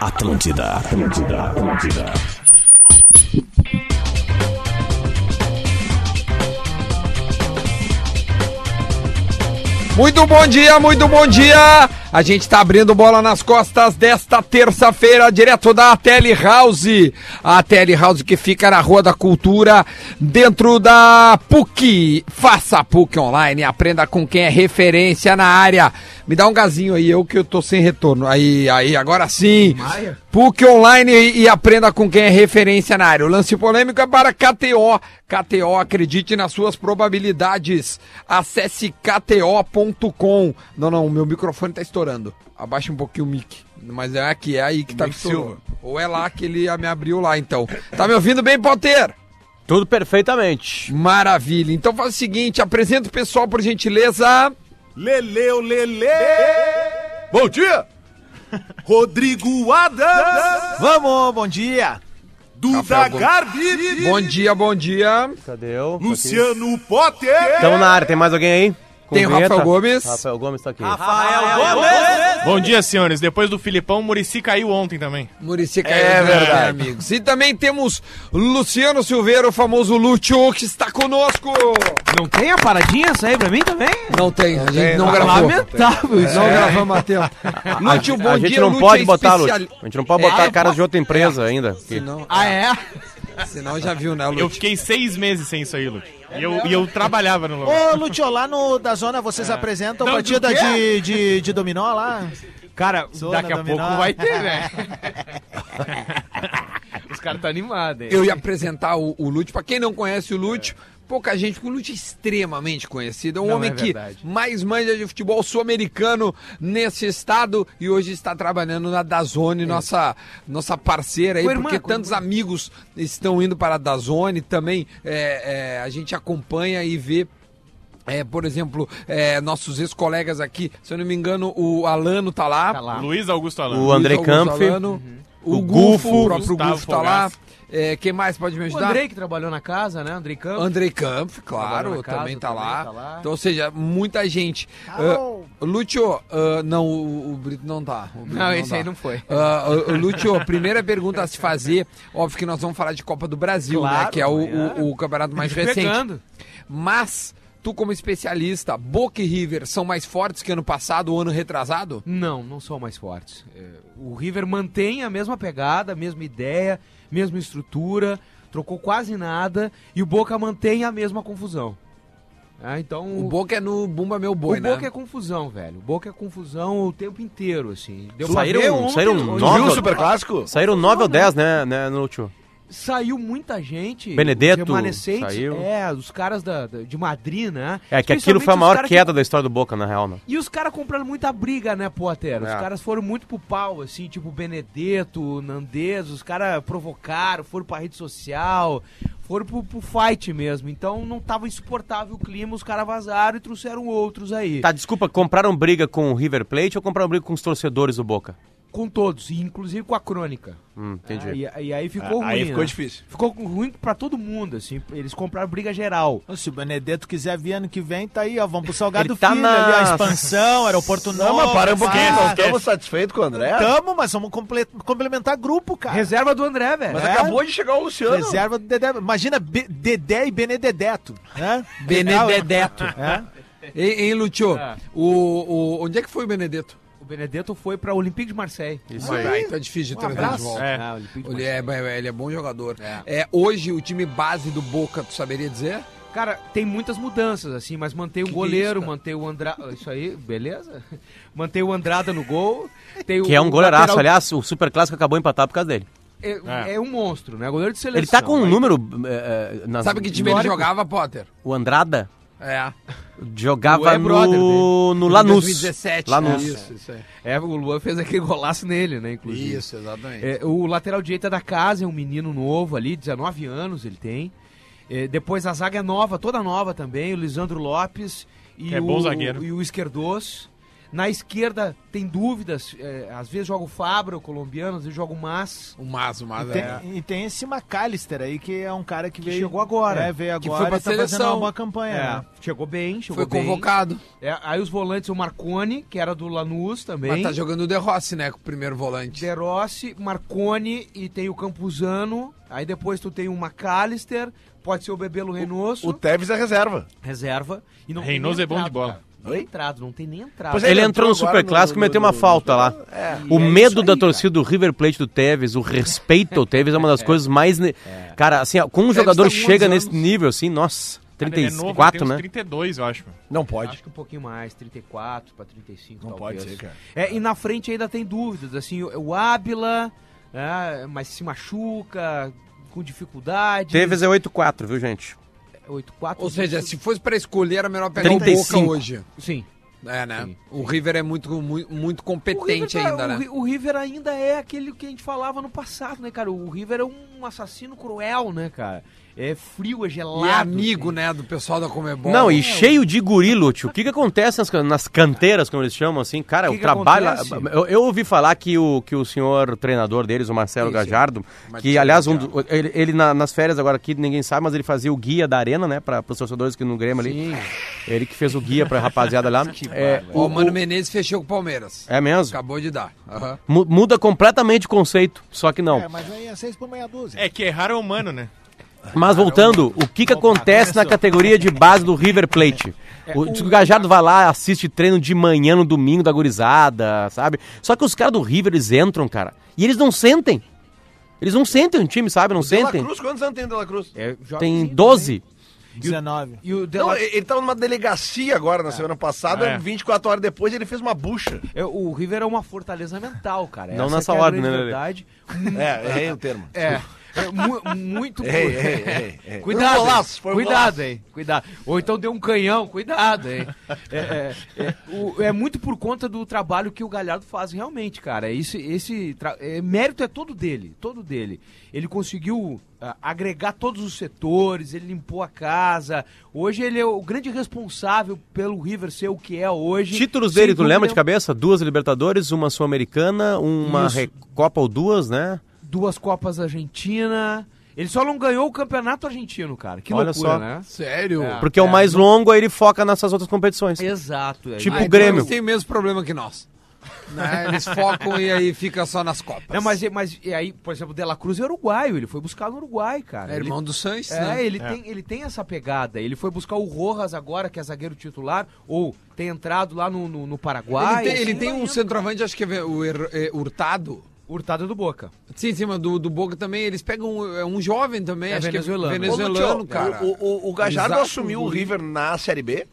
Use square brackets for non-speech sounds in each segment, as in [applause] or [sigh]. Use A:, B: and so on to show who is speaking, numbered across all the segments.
A: Atlântida, Atlântida, Atlântida.
B: Muito bom dia, muito bom dia! A gente está abrindo bola nas costas desta terça-feira, direto da Tele House. A Tele House que fica na Rua da Cultura, dentro da PUC. Faça a PUC online, aprenda com quem é referência na área. Me dá um gazinho aí, eu que eu tô sem retorno. Aí, aí, agora sim. PUC online e, e aprenda com quem é referência na área. O lance polêmico é para KTO. KTO, acredite nas suas probabilidades. Acesse kto.com. Não, não, o meu microfone tá estourando. Abaixa um pouquinho o mic. Mas é aqui, é aí que tá
C: Mic
B: estourando.
C: Silva.
B: Ou é lá que ele me abriu lá, então. Tá me ouvindo bem, Potter?
D: Tudo perfeitamente.
B: Maravilha. Então faz o seguinte, apresenta o pessoal, por gentileza.
C: Leleu, Lele! Bom dia! [laughs] Rodrigo Adams,
D: Vamos, bom dia.
C: Duda
B: Rafael Gomes.
C: Garbi,
B: Bom dia, bom dia.
D: Cadê eu?
C: Luciano Potter,
D: Estamos na área, tem mais alguém aí? Com
B: Tem o Rafael
D: vinheta?
B: Gomes.
D: Rafael Gomes tá aqui.
E: É. Bom dia, senhores. Depois do Filipão, o Murici caiu ontem também.
B: Murici Caiu, é verdade, amigos. E também temos Luciano Silveira, o famoso Lúcio, que está conosco.
F: Não tem a paradinha essa aí pra mim também?
B: Não tem, a gente não,
F: Tá
B: gravou.
F: Lamentável isso.
B: Não gravamos a
D: [laughs]
B: tempo. Lúcio, bom
D: a gente
B: dia,
D: não
B: Lúcio
D: pode
B: é
D: botar,
B: especial- É,
D: Lúcio. A gente não pode botar a cara de outra empresa ainda. porque-
B: Senão,
F: Ah, é?
B: senão já viu, né,
E: Eu
B: Lúcio?
E: fiquei seis meses sem isso aí, Lu. E eu, e eu trabalhava no lugar.
G: Ô, Lúcio, lá no da zona vocês apresentam
E: Não, de
G: partida
E: quê?
G: de, de, de dominó lá?
F: Cara,
G: Zona
F: daqui a
G: dominó.
F: pouco vai
B: [laughs]
F: ter,
G: [laughs]
F: né? Os caras tá animados, hein?
B: Eu ia apresentar o, o Lúcio. Pra quem não conhece o Lúcio, pouca gente, porque o Lúcio é extremamente conhecido. É um
F: Não,
B: homem
F: é
B: que
F: verdade.
B: mais manja de futebol sul-americano nesse estado e hoje está trabalhando na Dazone, nossa, nossa parceira aí,
F: Com a irmã,
B: porque
F: com a
B: tantos amigos estão indo para a Dazone também. é, é, a gente acompanha e vê é, por exemplo, é, nossos ex-colegas aqui, se eu não me engano, o Alano tá lá.
F: Tá lá.
E: Luiz Augusto
D: O
E: Alano.
D: André
B: Luiz Augusto
D: Kampf.
B: Alano, O
D: O
B: Gufo, o
D: Gufo.
B: próprio
E: Gustavo
B: Gufo tá lá.
E: Fogaça.
B: É, quem mais pode me
F: O
B: ajudar?
F: Andrei que trabalhou na casa, né? Andrei Campos.
B: Andrei Kampf,
F: Trabalhou
B: claro,
F: na casa,
B: também, tá,
F: também
B: lá.
F: tá lá.
B: Então, ou seja, muita gente.
G: Alô?
B: Ah, Lúcio, ah, não, o, o Brito não tá. o Brito
F: Não, esse
B: tá.
F: aí não foi.
B: Ah, o- o Lúcio, primeira pergunta a se fazer, óbvio que nós vamos falar de Copa do Brasil, né?
F: Claro,
B: Que é o,
F: amanhã.
B: o- o campeonato mais
F: Pegando.
B: recente. Mas, tu como especialista, Boca e River são mais fortes que ano passado ou ano retrasado?
F: Não, não são mais fortes. É, O River mantém a mesma pegada, a mesma ideia, mesma estrutura, trocou quase nada e o Boca mantém a mesma confusão. Ah, então
B: O Boca é no Bumba Meu Boi,
F: o
B: né?
F: Boca é confusão, velho. O Boca é confusão o tempo inteiro, assim. Deu
D: Saíram-
F: pra ver ontem-
D: saíram
B: um
F: hoje-
D: nove
F: Viu?
D: ou-
C: Superclássico?
D: Saíram 9 ou 10, né, né no último?
F: Saiu muita gente.
D: Benedetto
F: remanescente,
D: saiu.
F: É, os caras da, da- de Madrid, né?
D: É que aquilo foi a
F: Especialmente os
D: maior
F: caras que-
D: queda da história do Boca, na real, né?
F: E os caras comprando muita briga, né, Potter? Os
D: É.
F: caras foram muito pro pau, assim, tipo Benedetto, Nandez, os caras provocaram, foram pra rede social, foram pro, pro fight mesmo. Então não tava insuportável o clima, os caras vazaram e trouxeram outros aí.
D: Tá, desculpa, compraram briga com o River Plate ou compraram briga com os torcedores do Boca?
F: Com todos, e inclusive com a crônica.
D: Hum, entendi.
F: Ah, e, e aí ficou ruim.
C: Aí ficou
F: né?
C: difícil.
F: Ficou ruim pra todo mundo, assim. Eles compraram briga geral.
G: Se o Benedetto quiser vir ano que vem, tá aí, ó. Vamos pro Salgado
D: Ele tá
G: Filho
D: na-
G: ali, a expansão, aeroporto novo.
H: Não, mas para um pouquinho,
G: pá.
H: não estamos satisfeitos com o André.
G: Tamo, mas vamos comple- complementar grupo, cara.
F: Reserva do André, velho.
H: Mas
G: É?
H: acabou de chegar o Luciano.
G: Reserva do Dedé. Imagina Be- Dedé e Benedetto, né?
B: Benedetto.
G: É.
B: Hein, hein Lúcio?
F: É.
B: O, o- onde é que foi o Benedetto?
F: O Benedetto foi pra Olympique de Marseille.
D: Isso
B: Ah, tá, então é difícil de trazer de
G: abraço.
B: volta.
E: É.
F: Ah, Olympique de
B: Ele
F: Marseille.
B: é, ele é bom jogador. É. hoje, o time base do Boca, tu saberia dizer?
F: Cara, tem muitas mudanças, assim, mas mantém o
B: É? Que isso,
F: goleiro,
B: cara?
F: mantém o Andrada. [laughs] Isso aí, beleza? [laughs] Mantém o Andrada no gol. tem
D: Que é
F: o-
D: um
F: o
D: goleiraço.
F: lateral-
D: Aliás, o Super Clássico acabou empatado por causa dele.
F: É, é um monstro, né? Goleiro de seleção.
D: Ele tá com um
F: aí.
D: número. eh, eh, nas-
B: Sabe que time ele
D: histórico.
B: jogava, Potter?
D: O Andrada
B: É.
F: [laughs]
D: jogava
F: O é brother
D: no, no Lanús.
B: 2017.
D: Lanús.
B: né? Isso, isso aí.
F: É, o Luan fez aquele golaço nele, né, inclusive.
B: Isso, exatamente.
F: É, o lateral direito é da casa, é um menino novo ali, 19 anos ele tem. É, depois a zaga é nova, toda nova também, o Lisandro Lopes e
E: É
F: o
E: bom zagueiro.
F: e o Esquerdos. Na esquerda tem dúvidas, é, às vezes joga o Fabra, o colombiano, às vezes joga o Mas.
B: O Mazo, o Mazo
G: Tem-
B: é.
G: E tem esse McAllister aí, que é um cara que,
F: Que
G: veio.
F: chegou agora. É,
G: É, veio agora
B: Que foi pra
G: e tá fazendo
B: seleção.
G: uma boa campanha. né?
F: Chegou bem, chegou
B: Foi
F: bem.
B: convocado.
F: É, aí os volantes, o Marcone, que era do Lanús também.
B: Mas tá jogando o De Rossi, né? Com o primeiro volante.
F: De Rossi, Marcone e tem o Campuzano. Aí depois tu tem o McAllister, pode ser o Bebelo Reynoso,
H: O Tevez é reserva.
F: reserva. E não tem
E: Reynoso
F: nem
E: é bom de
F: entrado,
E: bola.
F: cara. Não tem entrado, não tem nem entrado.
H: Pois é,
D: Ele
H: ele
D: entrou no
H: entrou agora
D: Super Clássico e
H: no- no-
D: meteu uma
H: no-
D: falta lá.
F: E
D: O
F: é isso
D: medo
F: aí,
D: da
F: cara.
D: torcida do River Plate do Tevez, o respeito ao Tevez é uma das coisas mais. ne- Cara, assim, ó, quando um jogador
B: tá com
D: chega
B: uns
D: nesse
B: anos.
D: nível, assim, nossa,
E: Cara, ele é novo,
D: 34,
E: ele tem uns
D: né?
E: 32, eu acho.
H: Não pode.
F: Acho que um pouquinho mais, 34 para 35,
H: Não
F: talvez.
H: pode ser, cara.
F: É, e na frente ainda tem dúvidas, assim, o, o Ábila, é, mas se machuca, com dificuldade.
D: Tevez é 8-4, viu, gente?
F: 8-4.
B: Ou seja, se fosse pra escolher, era melhor pegar o
D: 35.
B: Boca hoje.
F: Sim.
B: É, né?
F: Sim.
B: O River é muito, muito, muito competente
F: O River, tá-
B: ainda,
F: o,
B: né?
F: Ri- o River ainda é aquele que a gente falava no passado, né, cara? O River é um assassino cruel, né, cara? É frio, é gelado.
B: E é amigo, né, do pessoal da Comebol.
D: Não, e cheio de gorilo, tio. O que, que acontece nas, can- nas canteiras, como eles chamam, assim? Cara,
F: Que
D: o
F: que
D: trabalho. lá-
F: acontece?
D: eu, eu ouvi falar que o, que o senhor treinador deles, o Marcelo
B: Isso,
D: Gajardo, que
B: Marcelo
D: aliás, um
B: Gajardo.
D: do- ele, ele na- nas férias agora aqui, ninguém sabe, mas ele fazia o guia da arena, né, para os torcedores que no Grêmio ali. Ele que fez o guia pra
F: [laughs]
D: rapaziada lá. é,
B: Ó, o Mano Menezes fechou com o Palmeiras.
D: é mesmo?
B: Acabou de dar.
F: [laughs]
B: Aham.
D: Mu- Muda completamente o conceito, só que não.
G: É, mas aí é seis por meia dúzia.
E: É que errar é humano, né?
D: Mas voltando, o que, que acontece na categoria de base do River Plate?
F: É,
D: O, diz que o Gajardo vai lá, assiste treino de manhã no domingo da gurizada, sabe? Só que os caras do River, eles entram, cara, e eles não sentem. Eles não sentem o time, sabe? Não
H: Dela
D: sentem.
H: Cruz, quantos anos tem o Dela Cruz?
F: É, joga
D: Tem
F: assim,
D: 12.
F: né? E o-
G: 19.
F: E o De La
H: Não, ele ele tava numa delegacia agora na semana passada,
E: É.
H: 24 horas depois ele fez uma bucha.
F: É, o River é uma fortaleza mental, cara.
D: Não
F: Essa
D: nessa
F: que é a
D: ordem,
F: grande
D: né, Lelê?
F: verdade.
H: É, errei o termo.
F: É. é mu- muito.
H: Errei, errei, errei, errei.
F: [laughs] Cuidado,
H: Foi um golaço, foi um
F: cuidado,
H: golaço.
F: hein? Cuidado. Ou então deu um canhão, cuidado, hein? [laughs] É, é, é, o- é muito por conta do trabalho que o Galhardo faz realmente, cara. É Esse, esse tra- é, mérito é todo dele, todo dele. Ele conseguiu ah, agregar todos os setores, ele limpou a casa. Hoje ele é o grande responsável pelo River ser o que é hoje.
D: Títulos
F: Sem
D: dele, tu lembra
F: dúvida,
D: de cabeça? Duas Libertadores, uma Sul-Americana, uma
F: Isso.
D: Recopa ou duas, né?
F: duas Copas Argentina. Ele só não ganhou o Campeonato Argentino, cara. Que
D: Olha
F: loucura,
D: só.
F: né?
B: Sério?
F: É.
D: Porque é, o mais longo, aí ele foca nessas outras competições.
F: Exato. É.
D: Tipo
F: Ah,
D: o Grêmio.
B: Eles têm o mesmo problema que
F: [laughs]
B: nós. Né? Eles focam e aí fica só nas Copas.
F: Não, mas, mas e aí, por exemplo, o De La Cruz é uruguaio. Ele foi buscar no Uruguai, cara.
B: É
F: Ele-
B: irmão do Sanches,
F: É,
B: né?
F: ele, Tem, ele tem essa pegada. Ele foi buscar o Rojas agora, que é zagueiro titular, ou tem entrado lá no, no, no Paraguai.
B: ele tem, ele
F: assim,
B: tem
F: tá
B: um
F: indo.
B: centroavante, acho que é o Her- é, Hurtado.
F: Hurtado do Boca.
B: Sim, sim, mas do, do Boca também. Eles pegam é, um jovem também,
F: É
B: acho
F: venezuelano.
B: que é
H: Ô,
B: venezuelano,
H: Lúcio,
B: cara.
H: O, o, o Gajardo
B: Exato,
H: assumiu o
B: guri.
H: River na Série B.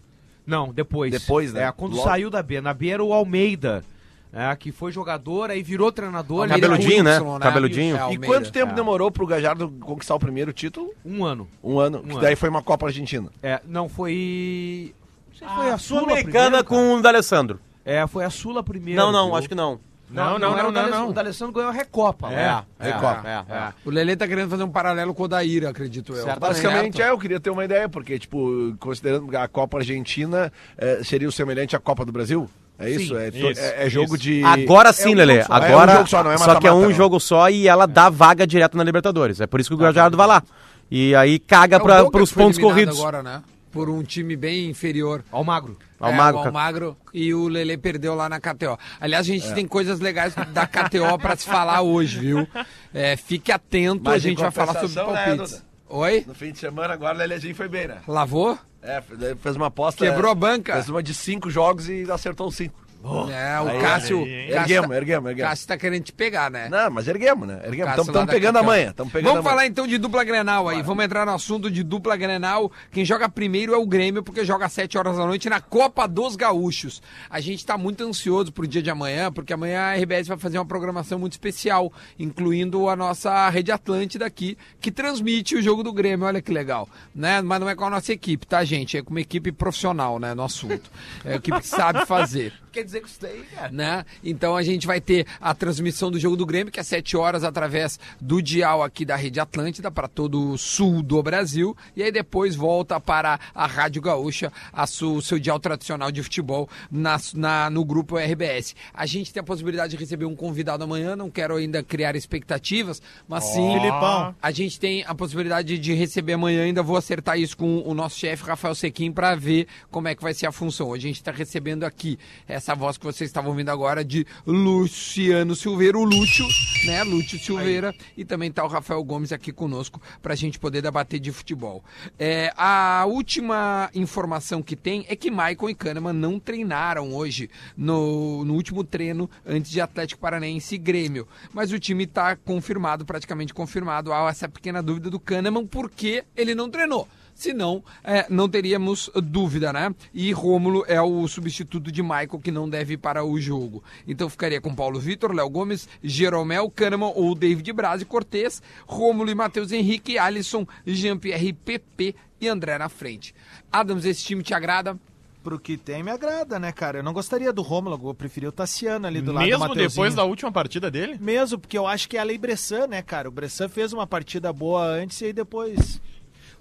F: Não, depois.
H: Depois, né?
F: É, quando
H: Logo.
F: saiu da B. Na B era o Almeida, é, que foi jogador, aí virou treinador.
H: tá
B: Almeida
F: ele-
D: Cabeludinho, né?
B: Y,
D: Cabeludinho.
B: É,
H: E
B: Almeida.
H: quanto tempo demorou pro Gajardo conquistar o primeiro título?
F: Um ano.
H: Um ano. que
F: ano.
H: daí foi uma Copa Argentina.
F: É, não, foi. Não sei se foi a Sula
D: Sul-Americana
F: primeiro, cara.
D: com o D'Alessandro.
F: É, um foi a Sula primeiro.
D: Não, não,
F: viu?
D: acho que não.
E: Não, não,
F: era
E: não,
F: o D'Aless-
E: não, não.
F: O D'Alessandro ganhou a Recopa.
E: É,
F: lá. é,
H: Recopa.
F: É, é,
B: O Lelê tá querendo fazer um paralelo com o Odaíra, acredito eu.
F: Certo.
H: Então, Basicamente, é, eu queria ter uma ideia, porque, tipo, considerando a Copa Argentina, eh, seria o semelhante à Copa do Brasil? É isso?
F: Sim.
H: é, to-
E: Isso,
H: é- é jogo
E: isso.
H: de.
D: Agora sim,
F: um
D: Lelê.
F: jogo só.
D: Agora,
H: É um jogo só, não é
D: que é um
H: mata-mata, não.
D: jogo só e ela dá vaga direto na Libertadores. É por isso que o Gajardo vai lá. E aí
H: É um
D: caga
B: É, o
D: para
B: Boca
D: os
B: que foi
D: pontos
B: eliminado
D: corridos.
B: agora, né? Por um time bem inferior.
F: Almagro.
D: Ao
B: É,
D: Magro,
B: o
D: cara.
B: Almagro e o Lele perdeu lá na KTO. Aliás, a
H: É.
B: gente tem coisas legais da KTO pra se falar hoje, viu? É, fique atento,
H: Mas
B: a
H: em
B: gente vai falar sobre
H: compensação, né,
B: palpites.
H: Duda?
B: Oi?
H: No fim de semana, agora o Lelezinho foi bem, né?
B: Lavou?
H: É, fe- fez uma aposta.
B: Quebrou
H: é,
B: a banca.
H: Fez uma de cinco jogos e acertou os cinco.
B: é, o
H: aí,
B: Cássio.
E: aí, hein?
B: Cássio
H: Erguemos,
B: tá-
H: erguemos, erguemos.
B: Cássio tá querendo te pegar, né?
H: Não, mas erguemos, né? Erguemos.
B: Cássio lá
H: Estamos
B: da
H: pegando a
B: Cacau.
H: manhã. Tamo pegando
B: Vamos
H: a manha.
B: falar então de dupla Grenal aí. Vamos entrar no assunto de dupla Grenal. Quem joga primeiro é o Grêmio, porque joga às 7 horas da noite na Copa dos Gaúchos. A gente tá muito ansioso pro dia de amanhã, porque amanhã a RBS vai fazer uma programação muito especial, incluindo a nossa Rede Atlântida aqui, que transmite o jogo do Grêmio. Olha que legal, né? Mas É não é com a nossa equipe, tá, gente? É com uma equipe profissional, né, no assunto. É a equipe que sabe fazer.
F: [laughs] quer dizer com isso daí, cara?
B: [laughs] né? Então a gente vai ter a transmissão do jogo do Grêmio, que é 7 horas, através do dial aqui da Rede Atlântida, para todo o sul do Brasil. E aí depois volta para a Rádio Gaúcha, a su- o seu dial tradicional de futebol, na, na- no grupo RBS. A gente tem a possibilidade de receber um convidado amanhã, não quero ainda criar expectativas, mas sim.
E: Filipão.
B: A gente tem a possibilidade de receber amanhã, ainda vou acertar isso com o nosso chefe Rafael Sequim para ver como é que vai ser a função. Hoje a gente está recebendo aqui essa voz que vocês estavam ouvindo agora de Luciano Silveira, o Lúcio, né? Lúcio Silveira e também tá o Rafael Gomes aqui conosco para a gente poder debater de futebol. É, a última informação que tem é que Maicon e Kahneman não treinaram hoje no, no último treino antes de Atlético Paranaense e Grêmio, mas o time está confirmado, praticamente confirmado, há essa pequena dúvida do Kahneman porque ele não treinou. Senão, é, não teríamos dúvida, né? E Rômulo é o substituto de Michael que não deve ir para o jogo. Então ficaria com Paulo Vitor, Léo Gomes, Jeromel, Kahneman ou David Braz e Cortez, Rômulo e Matheus Henrique, Alisson, Jean-Pierre PP e André na frente. Adams, esse time te agrada?
G: Pro que tem, me agrada, né, cara? Eu não gostaria do Rômulo, eu preferia o Tassiano ali do lado do
E: Mesmo
G: Mateuzinho.
E: depois da última partida dele?
G: Mesmo, porque eu acho que é a lei Bressan, né, cara? O Bressan fez uma partida boa antes e aí depois...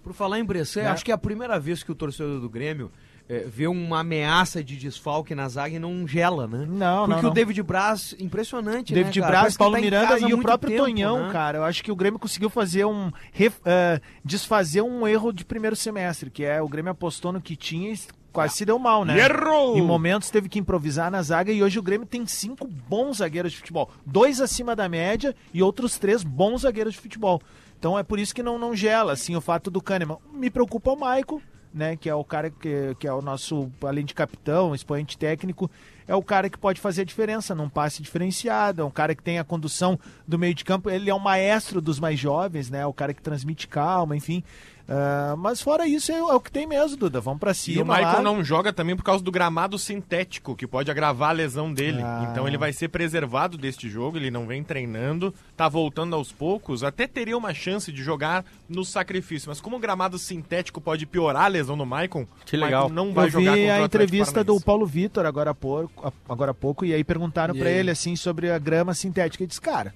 F: Por falar em Bressan, eu acho que é a primeira vez que o torcedor do Grêmio eh, vê uma ameaça de desfalque na zaga e não gela, né?
G: Não,
F: Porque
G: não, não.
F: o David Braz, impressionante,
G: David
F: né, cara?
G: Braz,
F: Parece que
G: Paulo
F: tá em
G: Miranda
F: casa há
G: e o
F: muito
G: próprio
F: tempo,
G: Tonhão,
F: né?
G: cara. Eu acho que o Grêmio conseguiu fazer um. ref- ah, desfazer um erro de primeiro semestre, que é o Grêmio apostou no que tinha e quase se deu mal, né?
E: Errou!
G: Em momentos teve que improvisar na zaga e hoje o Grêmio tem cinco bons zagueiros de futebol. Dois acima da média e outros três bons zagueiros de futebol. Então é por isso que não, não gela, assim, o fato do Kahneman. Me preocupa o Maico, né? Que é o cara que, que é o nosso, além de capitão, expoente técnico, é o cara que pode fazer a diferença num passe diferenciado, é um cara que tem a condução do meio de campo, ele é o maestro dos mais jovens, né? É o cara que transmite calma, enfim. Ah, mas fora isso, é, o- é o que tem mesmo, Duda. Vamos pra cima.
E: E o Michael
G: lá.
E: não joga também por causa do gramado sintético, que pode agravar a lesão dele.
G: Ah.
E: Então ele vai ser preservado deste jogo, ele não vem treinando, tá voltando aos poucos, até teria uma chance de jogar no sacrifício. Mas como o gramado sintético pode piorar a lesão do Maicon,
D: Que
E: o
D: legal.
E: Maicon não vai
G: Eu
E: jogar contra
G: vi a
E: o Atlético
G: entrevista do
E: Paranaense.
G: Paulo Vitor agora há pouco, agora há pouco e aí perguntaram
B: E
G: pra
B: aí?
G: ele assim sobre a grama sintética. Ele disse, cara,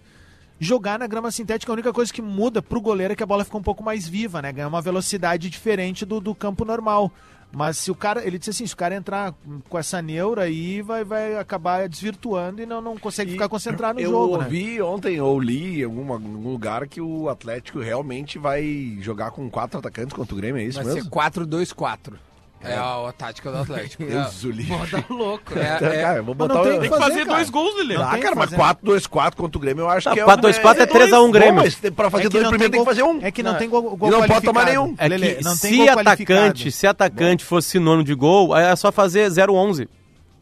G: jogar na grama sintética é a única coisa que muda pro goleiro é que a bola fica um pouco mais viva, né? Ganha uma velocidade diferente do, do campo normal. Mas se o cara, ele disse assim, se o cara entrar com essa neura aí, vai, vai acabar desvirtuando e não, não consegue ficar concentrado no
H: eu
G: jogo, né?
H: ouvi ontem, ou li em algum, algum lugar, que o Atlético realmente vai jogar com quatro atacantes contra o Grêmio, é isso
B: Vai
H: mesmo?
B: ser 4-2-4. É, a, a tática do
H: [laughs]
B: Atlético.
H: Deus o livre.
F: Pô, tá louco, né?
B: É, é,
H: Então, Cara, eu vou
G: Mas não
H: botar
G: tem
H: o...
E: Tem que
G: fazer,
E: fazer,
G: cara.
E: dois gols, Lelê.
G: Não
H: Ah,
G: tem
H: cara,
G: que
H: mas
G: fazer.
H: 4-2-4 contra o Grêmio eu acho
D: Ah,
H: que é...
D: 4-2-4 é 3-1
H: Bom,
D: Grêmio.
H: mas um tem- pra fazer
G: É que
H: dois
G: não
H: primeiro tem que fazer um.
G: É que não, tem gol, gol
H: E não pode
G: qualificado.
H: tomar nenhum.
D: É
G: Lelê,
D: que
G: não tem
D: se
G: gol qualificado.
D: atacante, se atacante fosse sinônimo de gol, é só fazer 0-11.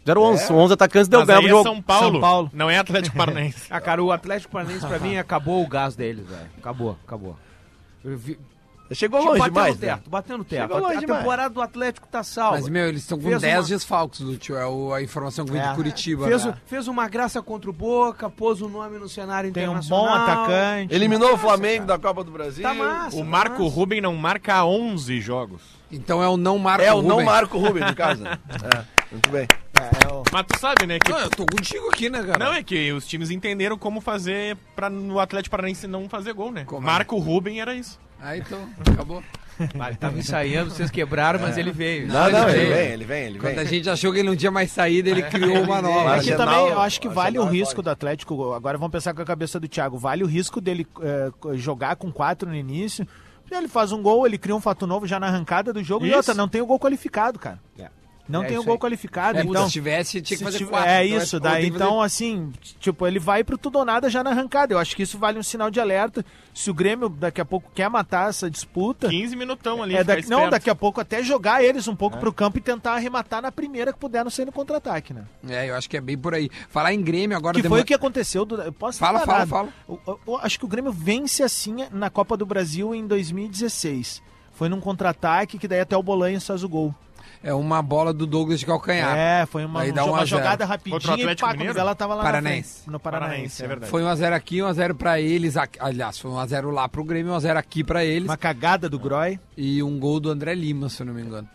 H: É.
D: 0-11, 11 atacantes deu
E: Mas
D: ganho
E: aí
D: o
E: é
D: jogo.
E: São Paulo,
G: São Paulo.
E: não é Atlético Paranaense.
F: [laughs] Ah, cara, o Atlético Paranaense pra [laughs] mim acabou o gás dele, velho. Acabou, acabou. Eu vi-
H: Chegou longe
F: bateu
H: demais,
F: no
H: né?
F: teto, bateu no teto.
H: Chegou
F: A,
H: longe
F: a
H: demais.
F: temporada do Atlético tá salva.
B: Mas, meu, eles estão com
F: Fez
B: 10
F: uma-
B: desfalques, Lúcio. É o- a informação que vem
G: É.
B: de Curitiba.
F: Fez,
B: né?
F: fez uma graça contra o Boca, pôs o nome no cenário
G: Tem um
F: internacional.
G: bom atacante.
H: Eliminou o Flamengo da Copa do Brasil.
F: Tá massa.
E: o Marco
F: massa.
E: Ruben não marca 11 jogos.
B: Então é o não Marco
H: É, o não
B: Ruben.
H: Marco Rubem, no
B: [laughs]
H: caso. né? É, muito bem.
G: É, é o-
E: Mas tu sabe, né, que
B: Não, eu tô contigo aqui, né, cara?
E: Não, é que os times entenderam como fazer pra o Atlético Paranaense não fazer gol, né?
B: Como é?
E: Marco Ruben era isso.
B: Aí então,
F: [laughs]
B: acabou.
F: Ele
G: tá
F: tava ensaiando, vocês quebraram, mas ele veio.
H: Não, não, ele
B: veio.
H: vem, ele vem, ele
B: É. Quando a
H: vem.
B: gente achou que ele não tinha mais saída, ele criou uma nova.
H: Mas
G: É que
H: Arsenal-
G: também eu acho que
H: Arsenal
G: vale o
H: é
G: risco
H: forte.
G: do Atlético. Agora vamos pensar com a cabeça do Thiago. Vale o risco dele eh, co- jogar com quatro no início. Ele faz um gol, ele cria um fato novo já na arrancada do jogo. E
E: Isso.
G: outra, não tem o gol qualificado, cara. Não
F: É
G: tem o
F: isso
G: gol
F: aí.
G: qualificado.
B: É,
G: então,
B: se tivesse, tinha que
G: se
B: fazer
G: tiver-
B: quatro.
G: É
B: então
G: isso,
B: ou
G: daí
B: tem que
G: então assim, t- tipo, ele vai pro tudo ou nada já na arrancada. Eu acho que isso vale um sinal de alerta. Se o Grêmio daqui a pouco quer matar essa disputa,
E: 15 minutão ali.
G: é
E: fica
G: da- não,
E: esperto.
G: daqui a pouco até jogar eles um
E: É.
G: pouco pro campo e tentar arrematar na primeira que puder, não ser no contra-ataque, né?
B: fazer- É, eu acho que é bem por aí. Falar em Grêmio agora...
G: Que
B: demo-
G: foi o que aconteceu. Do... eu Posso
B: Fala,
G: falar
B: fala,
G: nada. Eu- eu acho que o Grêmio vence assim na Copa do Brasil em 2016. Foi num contra-ataque que daí até o Bolanhos faz o gol.
B: É uma bola do Douglas de calcanhar.
G: É, foi uma,
B: Aí
G: um
B: dá
G: jo-
B: um a
G: uma
B: zero.
E: Contra
G: jogada
E: o
G: rapidinha e
E: Atlético
G: pá, quando
E: Mineiro?
G: ela tava lá na
B: Paranaense.
G: frente, no
E: Paranaense,
G: Paranaense.
E: é
G: é.
E: verdade.
B: Foi 1x0 aqui, 1x0 pra eles. a- Aliás, foi 1x0 lá pro Grêmio, 1x0 aqui pra eles.
G: Uma cagada do Groy.
B: E um gol do André Lima, se eu não me engano.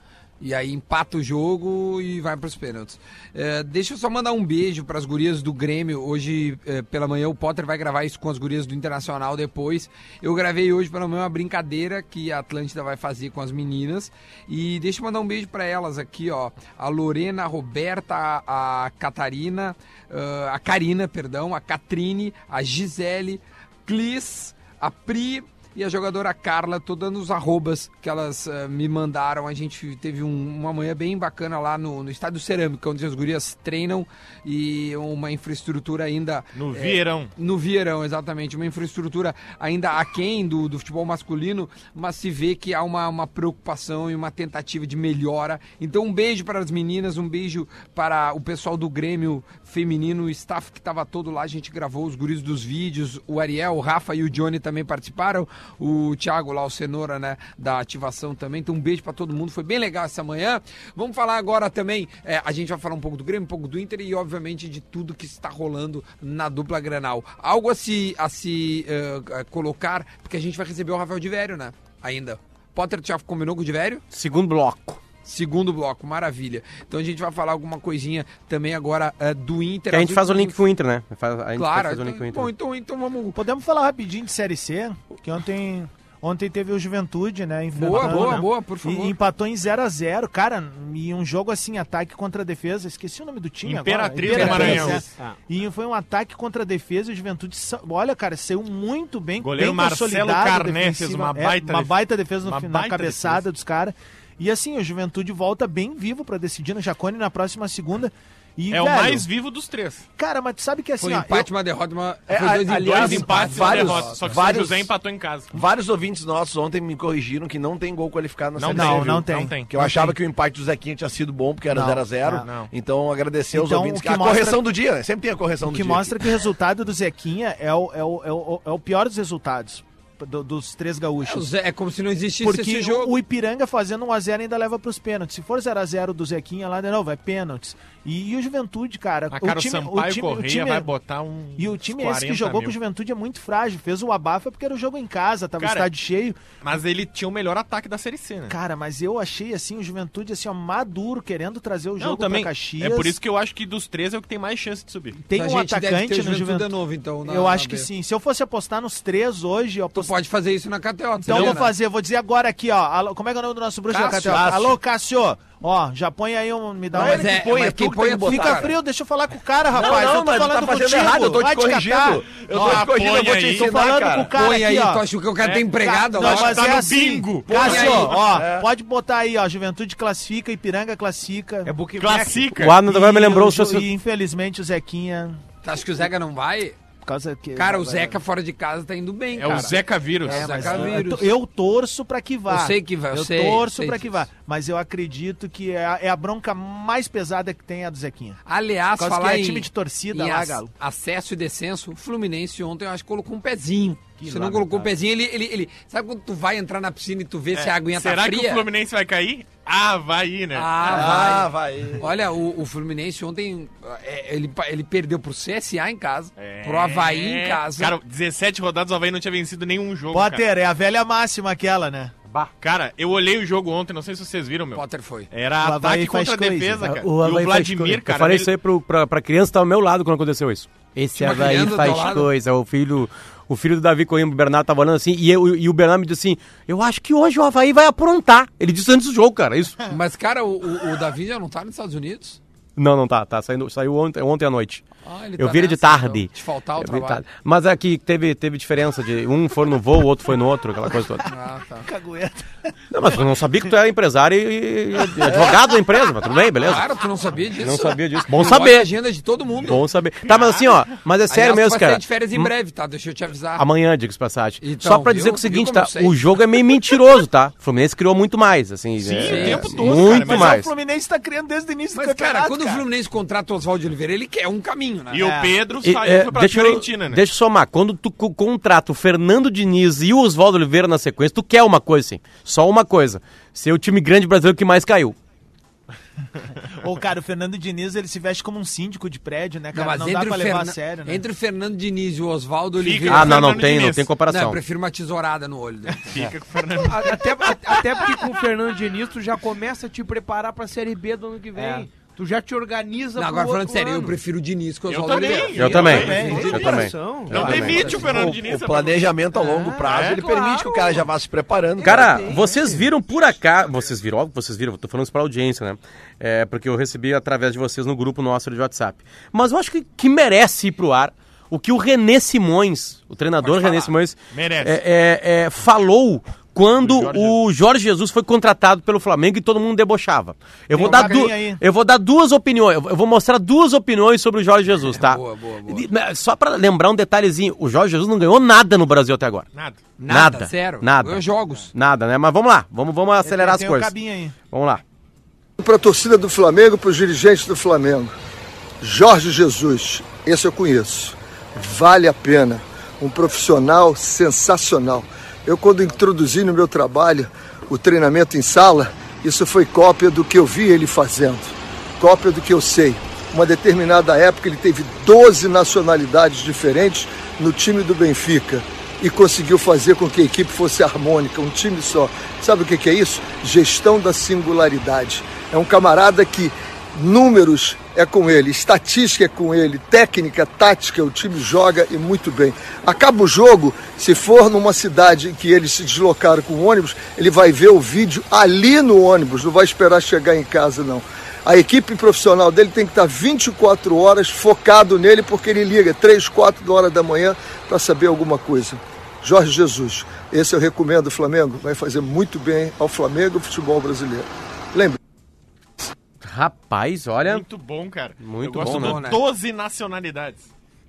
B: E aí empata o jogo e vai para os pênaltis. É, deixa eu só mandar um beijo para as gurias do Grêmio. Hoje é, pela manhã o Potter vai gravar isso com as gurias do Internacional depois. Eu gravei hoje pela manhã uma brincadeira que a Atlântida vai fazer com as meninas. E deixa eu mandar um beijo para elas aqui, ó. A Lorena, a Roberta, a, a Catarina, ah, a Karina, perdão, a Catrine, a Gisele, Clis, a Pri e a jogadora Carla, tô dando os arrobas que elas eh, me mandaram. A gente teve um- uma manhã bem bacana lá no, no Estádio Cerâmica, onde as gurias treinam e uma infraestrutura ainda
E: No Vieirão.
B: no Vieirão, exatamente. Uma infraestrutura ainda aquém do, do futebol masculino, mas se vê que há uma, uma preocupação e uma tentativa de melhora. Então, um beijo para as meninas, um beijo para o pessoal do Grêmio Feminino, o staff que estava todo lá. A gente gravou os guris dos vídeos, o Ariel, o Rafa e o Johnny também participaram. O Thiago lá, o Cenoura, né, da ativação também. Então, um beijo para todo mundo. Foi bem legal essa manhã. Vamos falar agora também. eh, a gente vai falar um pouco do Grêmio, um pouco do Inter e, obviamente, de tudo que está rolando na dupla Granal. Algo a se, a se eh, colocar, porque a gente vai receber o Rafael de Vério, né? Ainda. Potter tu já combinou com o de Vério?
D: Segundo bloco.
B: Segundo bloco, maravilha. Então a gente vai falar alguma coisinha também agora eh, do Inter.
D: Que a gente
B: As
D: faz o link
B: últimas-
D: com o Inter, né? Faz- a gente
B: Claro,
D: faz o link com o
B: então,
D: Inter.
B: bom, então, então vamos.
G: Podemos falar rapidinho de Série C, que ontem, ontem teve o Juventude, né?
B: Boa,
G: enfrentando,
B: boa,
G: né?
B: boa, por favor.
G: E empatou em 0 a 0 cara, e um jogo assim, ataque contra defesa, esqueci o nome do time
E: Imperatriz
G: agora.
E: do Maranhão. Ah.
G: né? E foi um ataque contra defesa, o Juventude, sa- olha, cara, saiu muito bem,
E: Goleiro
G: bem
E: Marcelo
G: consolidado
E: Carné fez
G: defensiva-
E: uma
G: é,
E: baita
G: uma
E: def-
G: baita defesa no
E: uma
G: final,
E: baita
G: cabeçada
E: defesa.
G: dos caras. E assim, o Juventude volta bem vivo pra decidir no Jacone na próxima segunda. E,
E: É
G: velho,
E: o mais vivo dos três.
G: Cara, mas tu sabe que assim,
B: Foi
G: ó,
B: um
G: eu-
B: empate, uma derrota, uma.
H: É,
B: foi dois
H: a- aliás,
E: Dois
B: empates.
E: empates
H: Vários-
E: e uma
H: vários-
E: derrota. Só que o São
H: vários-
E: José empatou em casa.
H: Vários ouvintes nossos ontem me corrigiram que não tem gol qualificado na
E: Não,
H: Série
E: tem,
H: C.
E: viu?
G: não tem.
H: Que eu achava que o empate do Zequinha tinha sido bom, porque era
G: Não,
H: 0x0.
E: não.
H: Então, agradecer aos
G: Então,
H: ouvintes.
G: o que
H: a
G: mostra-
H: correção do dia, né? Sempre tem a correção
G: O
H: do
G: que
H: dia.
G: mostra que o resultado do Zequinha é o, é o, é o, é o pior dos resultados do- dos três
B: É, o
G: gaúchos.
B: Zé- É como se não existisse
G: Porque
B: esse jogo.
G: o Ipiranga fazendo 1x0 ainda leva para os pênaltis. Se for 0x0 do Zequinha lá, não, vai pênaltis. E, e o Juventude, cara.
E: A Ah, cara, o, Sampaio Correia vai botar um.
G: E é, o time é esse que jogou com o Juventude é muito frágil. Fez o abafa porque era o jogo em casa, tava
E: Cara,
G: o estádio cheio.
E: Mas ele tinha o melhor ataque da Série C, né?
G: Cara, mas eu achei assim, o Juventude assim, ó, maduro, querendo trazer o
E: Não,
G: jogo
E: também.
G: pra Caxias.
E: É por isso que eu acho que dos três é o que tem mais chance de subir.
G: tem
B: A
G: um
B: gente deve ter
G: atacante
B: o
G: no
B: Juventude de
G: Juventude.
B: novo, então. na-
G: Eu
B: na
G: acho que
B: B.
G: sim. Se eu fosse apostar nos três hoje, eu
B: Tu
G: apostaria.
B: pode fazer isso na KTO.
G: Então eu
B: eu
G: vou fazer, vou dizer agora aqui, ó. Alô, como é que é o nome do nosso bruxo da
H: Cássio.
G: KTO?
H: Cássio.
G: Alô, Cássio! Ó, já põe aí um. Me dá
H: Não,
G: um.
H: mas
B: Mas é,
H: que põe,
B: mas
H: é tu
B: quem
H: que
B: põe
H: tem que
B: é tu,
G: Fica
H: botar.
G: frio, deixa eu falar com o cara, rapaz.
H: não,
G: eu tô
H: mas
G: falando
H: tá fazendo
G: contigo.
H: errado, eu tô te
G: Vai
H: corrigindo.
G: catar.
H: Eu
E: Ó,
H: tô te corrigindo, eu vou te
E: apoia aí.
G: Tô
H: ensinar,
G: falando com
H: cara.
G: o cara
B: Põe aí,
G: aqui, ó. É,
B: tu acha que o cara tem empregado?
G: Não,
B: lá?
G: mas
E: tá
G: é
E: no
G: assim.
E: bingo. Põe
G: Cássio,
B: aí.
G: ó,
H: É.
G: Pode botar aí, ó. Juventude classifica, Ipiranga classifica.
F: É porque
E: Classica.
D: O Arnold agora me
G: E
D: lembrou o
G: Ju-
D: seu.
G: E infelizmente o Zequinha.
B: Tu acha que o Zeca não vai?
G: Por causa que.
B: Cara, o Zeca fora de casa tá indo bem,
E: É
B: cara.
E: o Zeca Vírus.
B: É, mas-
G: Mas eu-
B: Vírus.
G: Eu torço pra que vá.
B: Eu sei que vai, eu
G: Eu
B: sei,
G: torço
B: sei
G: pra que
B: disso.
G: vá. Mas eu acredito que é a, é a bronca mais pesada que tem é a do Zequinha.
B: Aliás,
G: Por causa
B: falar
G: que é
B: em,
G: time de torcida
B: em
G: lá,
B: ac-
G: Galo.
B: acesso e descenso, o Fluminense ontem eu acho que colocou um pezinho.
G: Que
B: Se não colocou um
G: lamentável.
B: pezinho, ele, ele, ele- Sabe quando tu vai entrar na piscina e tu vê se a aguinha
E: É, Será
B: tá
E: que
B: fria?
E: o Fluminense vai cair? Ah, vai ir, né?
B: Ah, vai.
H: Ah, vai.
B: Olha, o, o Fluminense ontem, é, ele, pa- ele perdeu pro CSA em casa,
E: É.
B: pro Havaí em casa.
E: Cara, 17 rodadas o Havaí não tinha vencido nenhum jogo. Cara.
G: Potter, é a velha máxima aquela, né?
E: Cara, eu olhei o jogo ontem, não sei se vocês viram, meu.
B: Potter foi.
E: Era
G: O Havaí
E: ataque
G: faz
E: contra
G: coisa.
E: defesa, cara. e
D: O Havaí
E: o
D: faz
E: Vladimir,
D: coisa.
E: cara.
D: Eu falei
E: ele-
D: isso aí pro, pra, pra criança que tá ao meu lado quando aconteceu isso. Esse
B: Tinha uma
D: Havaí
B: criança do teu
D: faz
B: lado?
D: coisa. O filho, o filho do Davi Coimbra, o Bernardo tava olhando assim, e, eu, e o Bernardo me disse assim: Eu acho que hoje o Havaí vai aprontar. Ele disse antes do jogo, cara. é Isso.
B: Mas, cara, o, o, o Davi já não tá nos Estados Unidos?
D: [laughs] Não, não tá, tá saindo, saiu ontem, ontem à noite.
B: Ah, ele
D: eu
B: tá
D: vi ele de
B: nessa,
D: tarde.
B: então. Te faltar o
D: Eu vi de
B: trabalho.
D: tarde. Mas aqui teve, teve diferença de um foi no voo, o outro foi no outro, aquela
B: [laughs]
D: coisa toda.
B: Ah, tá.
G: Cagueta.
D: Não, mas eu não sabia que tu era empresário e e advogado da empresa, mas tudo bem, beleza?
B: Cara, tu não sabia disso?
D: Não sabia disso. Bom
B: Tu olha a
D: saber.
B: agenda de todo mundo.
D: Bom saber. Tá, mas assim, ó, mas é sério
B: Aliás, tu
D: mesmo,
B: vai
D: cara. Hum?
B: sair de férias em breve, tá? Deixa eu te avisar.
D: Amanhã, digo-se de passagem.
B: Então,
D: Só pra
B: viu?
D: dizer que é
B: Viu
D: o seguinte,
B: como
D: tá?
B: eu sei?
D: O jogo é meio mentiroso, tá? O Fluminense criou muito mais, assim.
E: Sim,
D: é,
E: o tempo todo, cara,
D: Muito
E: mas é o
G: Mas
D: mais.
G: o Fluminense tá criando [laughs] desde o início
B: Mas,
G: do
B: cara,
G: campeonato.
B: quando o Fluminense contrata o Oswaldo Oliveira, ele quer um caminho, né?
E: E o Pedro
D: E,
E: saiu e
D: é,
E: foi pra
D: deixa,
E: Fiorentina,
D: eu,
E: né?
D: deixa eu somar. Quando tu co- contrata o Fernando Diniz e o Oswaldo Oliveira na sequência, tu quer uma coisa, sim. Só uma coisa. Ser o time grande brasileiro que mais caiu.
G: Ô, cara, o Fernando Diniz, ele se veste como um síndico de prédio, né, cara? Não,
B: mas
G: dá
B: entre,
G: pra
B: o
G: levar
B: Fernan-
G: a sério, né?
B: entre o Fernando Diniz e o Oswaldo Oliveira.
D: Ah, não, não
E: Fernando
D: tem, não
E: Diniz.
D: tem
B: Não, eu
D: comparação.
B: prefiro uma tesourada no olho dele.
E: Fica com o
B: [laughs]
E: Fernando.
F: A- Até, a- até porque com o Fernando Diniz, tu já começa a te preparar pra Série B do ano que vem.
G: É.
F: Tu já te organiza
B: Não,
F: pro
B: agora falando
F: outro
B: sério, eu
F: ano.
B: prefiro o Diniz que o
E: Eu
B: Oswaldo
E: também.
B: Oliveira.
D: Eu também, eu
F: Tem
D: também.
F: coração.
E: Não
D: também.
E: demite o Fernando
H: O,
E: Diniz.
H: o planejamento a longo prazo,
E: É,
H: ele permite que o cara já vá se preparando.
D: Cara, vocês viram por acaso. Vocês viram, óbvio que vocês viram, eu tô falando isso pra audiência, né? É, porque eu recebi através de vocês no grupo nosso de WhatsApp. Mas eu acho que, que merece ir pro ar o que o René Simões, o treinador
E: Pode falar.
D: René Simões,
E: Merece.
D: é, é, é, falou quando
E: Do Jorge
D: o Jorge Jesus foi contratado pelo Flamengo e todo mundo debochava. Eu vou,
G: um
D: dar
G: carinha
D: du-
G: aí.
D: eu vou dar duas opiniões, eu vou mostrar duas opiniões sobre o Jorge Jesus, tá?
B: É, boa, boa, boa.
D: De- mas Só pra lembrar um detalhezinho, o Jorge Jesus não ganhou nada no Brasil até agora.
E: Nada.
B: Nada,
D: Nada,
B: zero.
D: nada.
B: Ganhou jogos.
D: Nada, né? Mas vamos lá, vamos, vamos acelerar as
G: Tem o
D: coisas.
G: cabinho aí.
D: Vamos lá.
I: Para a torcida do Flamengo, para os dirigentes do Flamengo. Jorge Jesus, esse eu conheço. Vale a pena. Um profissional sensacional. Eu, quando introduzi no meu trabalho o treinamento em sala, isso foi cópia do que eu vi ele fazendo, cópia do que eu sei. Uma determinada época ele teve 12 nacionalidades diferentes no time do Benfica e conseguiu fazer com que a equipe fosse harmônica, um time só. Sabe o que que é isso? Gestão da singularidade. É um camarada que números é com ele, estatística é com ele, técnica, tática, o time joga e muito bem. Acaba o jogo, se for numa cidade em que eles se deslocaram com o ônibus, ele vai ver o vídeo ali no ônibus, não vai esperar chegar em casa não. A equipe profissional dele tem que estar 24 horas focado nele, porque ele liga 3, 4 horas da manhã para saber alguma coisa. Jorge Jesus, esse eu recomendo o Flamengo, vai fazer muito bem ao Flamengo e ao futebol brasileiro. Lembra?
D: Rapaz, olha.
E: Muito bom, cara.
D: Muito
E: Eu gosto
D: bom,
E: do
B: né?
E: 12 nacionalidades.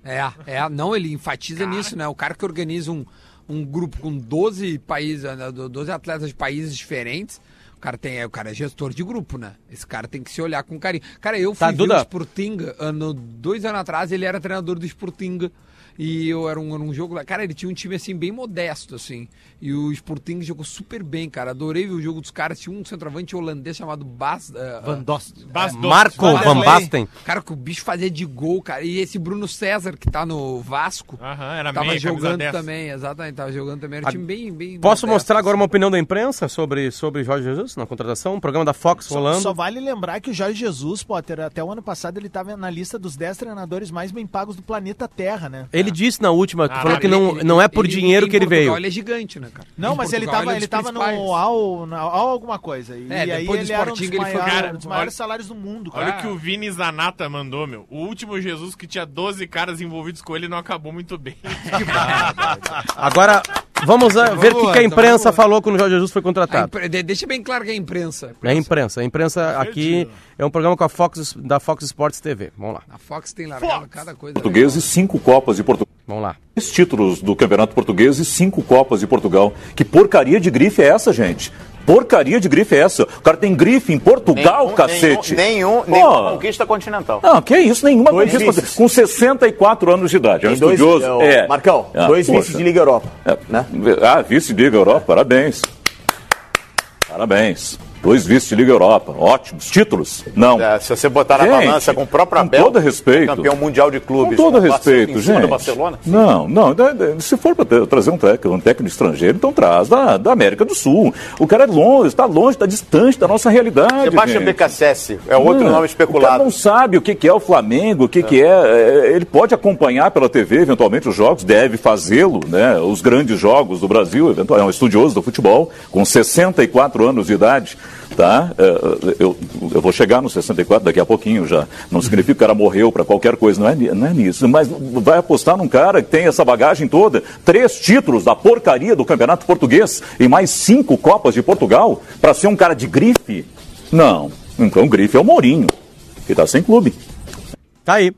B: É, é, não, ele enfatiza nisso, né? O cara que organiza um, um grupo com 12 países, né, do- 12 atletas de países diferentes, o cara tem, é, o cara é gestor de grupo, né? Esse cara tem que se olhar com carinho. Cara, eu fui
D: Tá,
B: ver
D: Duda.
B: o Sportinga ano, dois anos atrás, ele era treinador do Sportinga. E eu era um, era um jogo lá. Cara, ele tinha um time assim bem modesto, assim. E o Sporting jogou super bem, cara. Adorei ver o jogo dos caras. Tinha um centroavante holandês chamado Bas. eh,
E: Bas Dost.
D: Marco Van
G: Vanderlei.
D: Basten.
B: Cara, que o bicho fazia de gol, cara. E esse Bruno César, que tá no Vasco,
E: Aham, era
B: tava
E: meio
B: jogando também, exatamente, tava jogando também. Era um time bem, bem.
D: Posso
B: modesto,
D: mostrar agora uma
B: assim.
D: opinião da imprensa sobre, sobre Jorge Jesus na contratação? Um programa da Fox rolando.
G: Só vale lembrar que o Jorge Jesus, Potter, até o ano passado ele estava na lista dos 10 treinadores mais bem pagos do planeta Terra, né?
D: Ele disse na última, tu
E: Ah,
D: falou que
B: Ele-
D: não, não é por
B: ele-
D: dinheiro
B: em
D: que ele
B: Portugal
D: veio.
B: Ele é gigante, né, cara?
G: Não,
B: Em
G: mas ele
B: Portugal,
G: tava,
B: é um
G: ele
B: dos
G: tava no
B: principais.
G: AL, na AL alguma coisa. E,
B: É,
G: e aí
B: depois do
G: ele era um dos,
B: Sporting, ele foi-
G: maiores-
E: Cara,
G: um dos maiores
E: olha-
G: salários do mundo, cara.
E: Olha o que o Vini Zanata mandou, meu. O último Jesus que tinha 12 caras envolvidos com ele não acabou muito
B: [laughs]
E: bem.
J: Tá
D: Agora, vamos ah, ver o que, que a imprensa falou quando o Jorge Jesus foi
B: então A
D: contratado.
B: impre- de- Deixa bem claro que é a imprensa.
D: É a imprensa. A imprensa aqui é um programa com a Fox, da Fox Sports TV. Vamos lá,
B: A Fox tem largado
E: Fox.
B: cada coisa.
A: Português e cinco Copas de Portugal.
D: vamos lá.
A: Três títulos do Campeonato Português e cinco Copas de Portugal. Que porcaria de grife é essa, gente? Porcaria de grife é essa? O cara tem grife em Portugal, cacete.
J: Nenhum, nenhum,
A: Pô.
J: nenhuma conquista continental.
A: Não, que isso, nenhuma
J: Dois
A: conquista.
J: vices.
A: Com 64 anos de idade. É um
J: Tem dois,
A: estudioso.
J: ô,
A: é.
J: Marcão,
A: Ah,
J: dois
A: poxa.
J: vices de Liga Europa.
A: É,
J: né?
A: Ah, vice de Liga Europa, parabéns. Parabéns. Dois vice de Liga Europa. Ótimos. Títulos? Não.
J: É, se você botar na
A: Gente,
J: balança com o próprio
A: com
J: Abel,
A: todo respeito.
J: campeão mundial de
A: Com
J: clubes,
A: todo
J: o Barcelona
A: respeito,
J: em cima
A: gente.
J: do Barcelona,
A: Não, não. da- da- Se for para trazer um técnico, um técnico estrangeiro, então traz da, da América do Sul. O cara é longe, está longe, está distante da nossa realidade.
J: Sebastião
A: gente.
J: BKSS é outro nome
A: Não, O cara
J: especulado.
A: não sabe o que que é o Flamengo, o que, que é, é, Ele pode acompanhar pela TV, eventualmente, os jogos, deve fazê-lo, né? Os grandes jogos do Brasil, eventual- é um estudioso do futebol, com 64 anos de idade, tá? É, é, Eu, eu vou chegar nos 64 daqui a pouquinho já. Não significa que o cara morreu para qualquer coisa, não é, ni- não é nisso. Mas vai apostar num cara que tem essa bagagem toda, três títulos da porcaria do Campeonato Português e mais cinco Copas de Portugal, para ser um cara de grife? Não. Então o grife é o Mourinho, que tá sem clube.
D: Tá aí.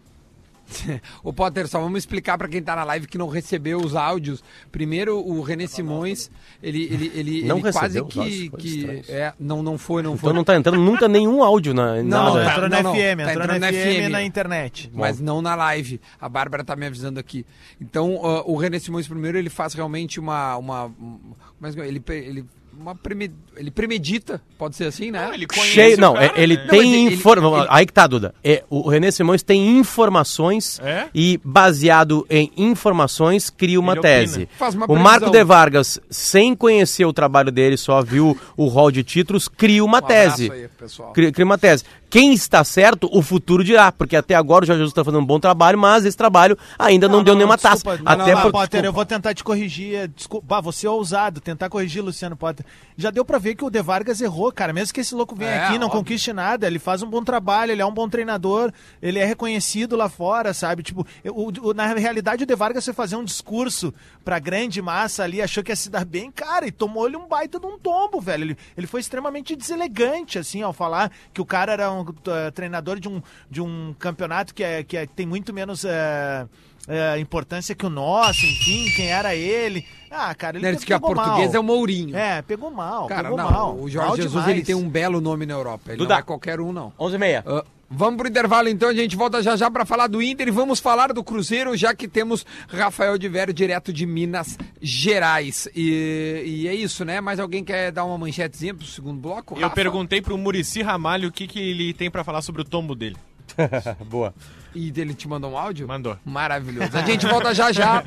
B: [laughs] Ô Potter, só vamos explicar pra quem tá na live que não recebeu os áudios. Primeiro, o René Simões, ele, ele, ele,
D: Não
B: ele quase
D: recebeu os áudios,
B: que.
D: coisa
B: que
D: estranha.
B: é, não, não foi, não foi.
D: Então não tá entrando nunca nenhum áudio na.
B: Não,
D: nada.
G: Não,
B: tá-
G: entrou na
B: não, não,
G: FM,
B: tá
G: entrou na
B: entrando na
G: FM
B: FM.
G: e na internet.
B: mas não na live. A Bárbara tá me avisando aqui. Então, ah, o René Simões primeiro, é ele faz realmente uma... uma um- mas ele, pe- ele uma prime- ele premedita, pode ser assim, né?
E: ele conhece
D: Cheio,
E: o
D: não,
E: cara,
D: é- ele
E: né?
B: mas
D: tem
B: ele-
D: informações.
B: ele-
D: Aí que tá, Duda. É, o René Simões tem informações
E: É?
D: e, baseado em informações, cria uma
E: Ele opina.
D: tese.
B: Faz uma
D: o Marco
B: previsão.
D: de Vargas, sem conhecer o trabalho dele, só viu o rol de títulos, cria uma tese.
H: aí, pessoal.
D: Cri- Cria uma tese. Quem está certo, o futuro dirá. Porque até agora o Jorge Jesus está fazendo um bom trabalho, mas esse trabalho ainda não, deu nenhuma taça.
G: Desculpa,
D: até
G: não,
D: por-
G: Potter, eu
D: desculpa.
G: vou tentar te corrigir. é, Desculpa, ah, você é ousado, tentar corrigir Luciano Potter. Já deu pra ver que o De Vargas errou, cara. Mesmo que esse louco venha
F: É,
G: aqui, não
F: óbvio.
G: conquiste nada, ele faz um bom trabalho, ele é um bom treinador, ele é reconhecido lá fora, sabe? Tipo, o- o- na realidade o De Vargas foi fazer um discurso pra grande massa ali, achou que ia se dar bem, cara, e tomou-lhe um baita de um tombo, velho. Ele, ele foi extremamente deselegante, assim, ao falar que o cara era um eh, treinador de um, de um campeonato que, é, que é- tem muito menos... eh, é, importância que o nosso, enfim, quem era ele. Ah, cara, ele
B: Ele diz que a portuguesa é o Mourinho.
G: É, pegou mal,
B: Cara,
G: pegou
B: não,
G: mal.
B: o Jorge
G: mal
B: Jesus
G: demais.
B: ele tem um belo nome na Europa. Ele
D: Duda.
B: não é qualquer um, não.
D: 11 e meia.
B: Ah, vamos pro intervalo então, a gente volta já já para falar do Inter e vamos falar do Cruzeiro, já que temos Rafael de Vério direto de Minas Gerais. E, e é isso, né? Mais alguém quer dar uma manchetezinha pro segundo bloco?
E: Eu
B: Rafa?
E: perguntei pro Murici Ramalho o que, que ele tem pra falar sobre o tombo dele.
D: [laughs] Boa.
B: E ele te mandou um áudio?
E: Mandou.
B: Maravilhoso. A gente volta
E: [laughs]
B: já já.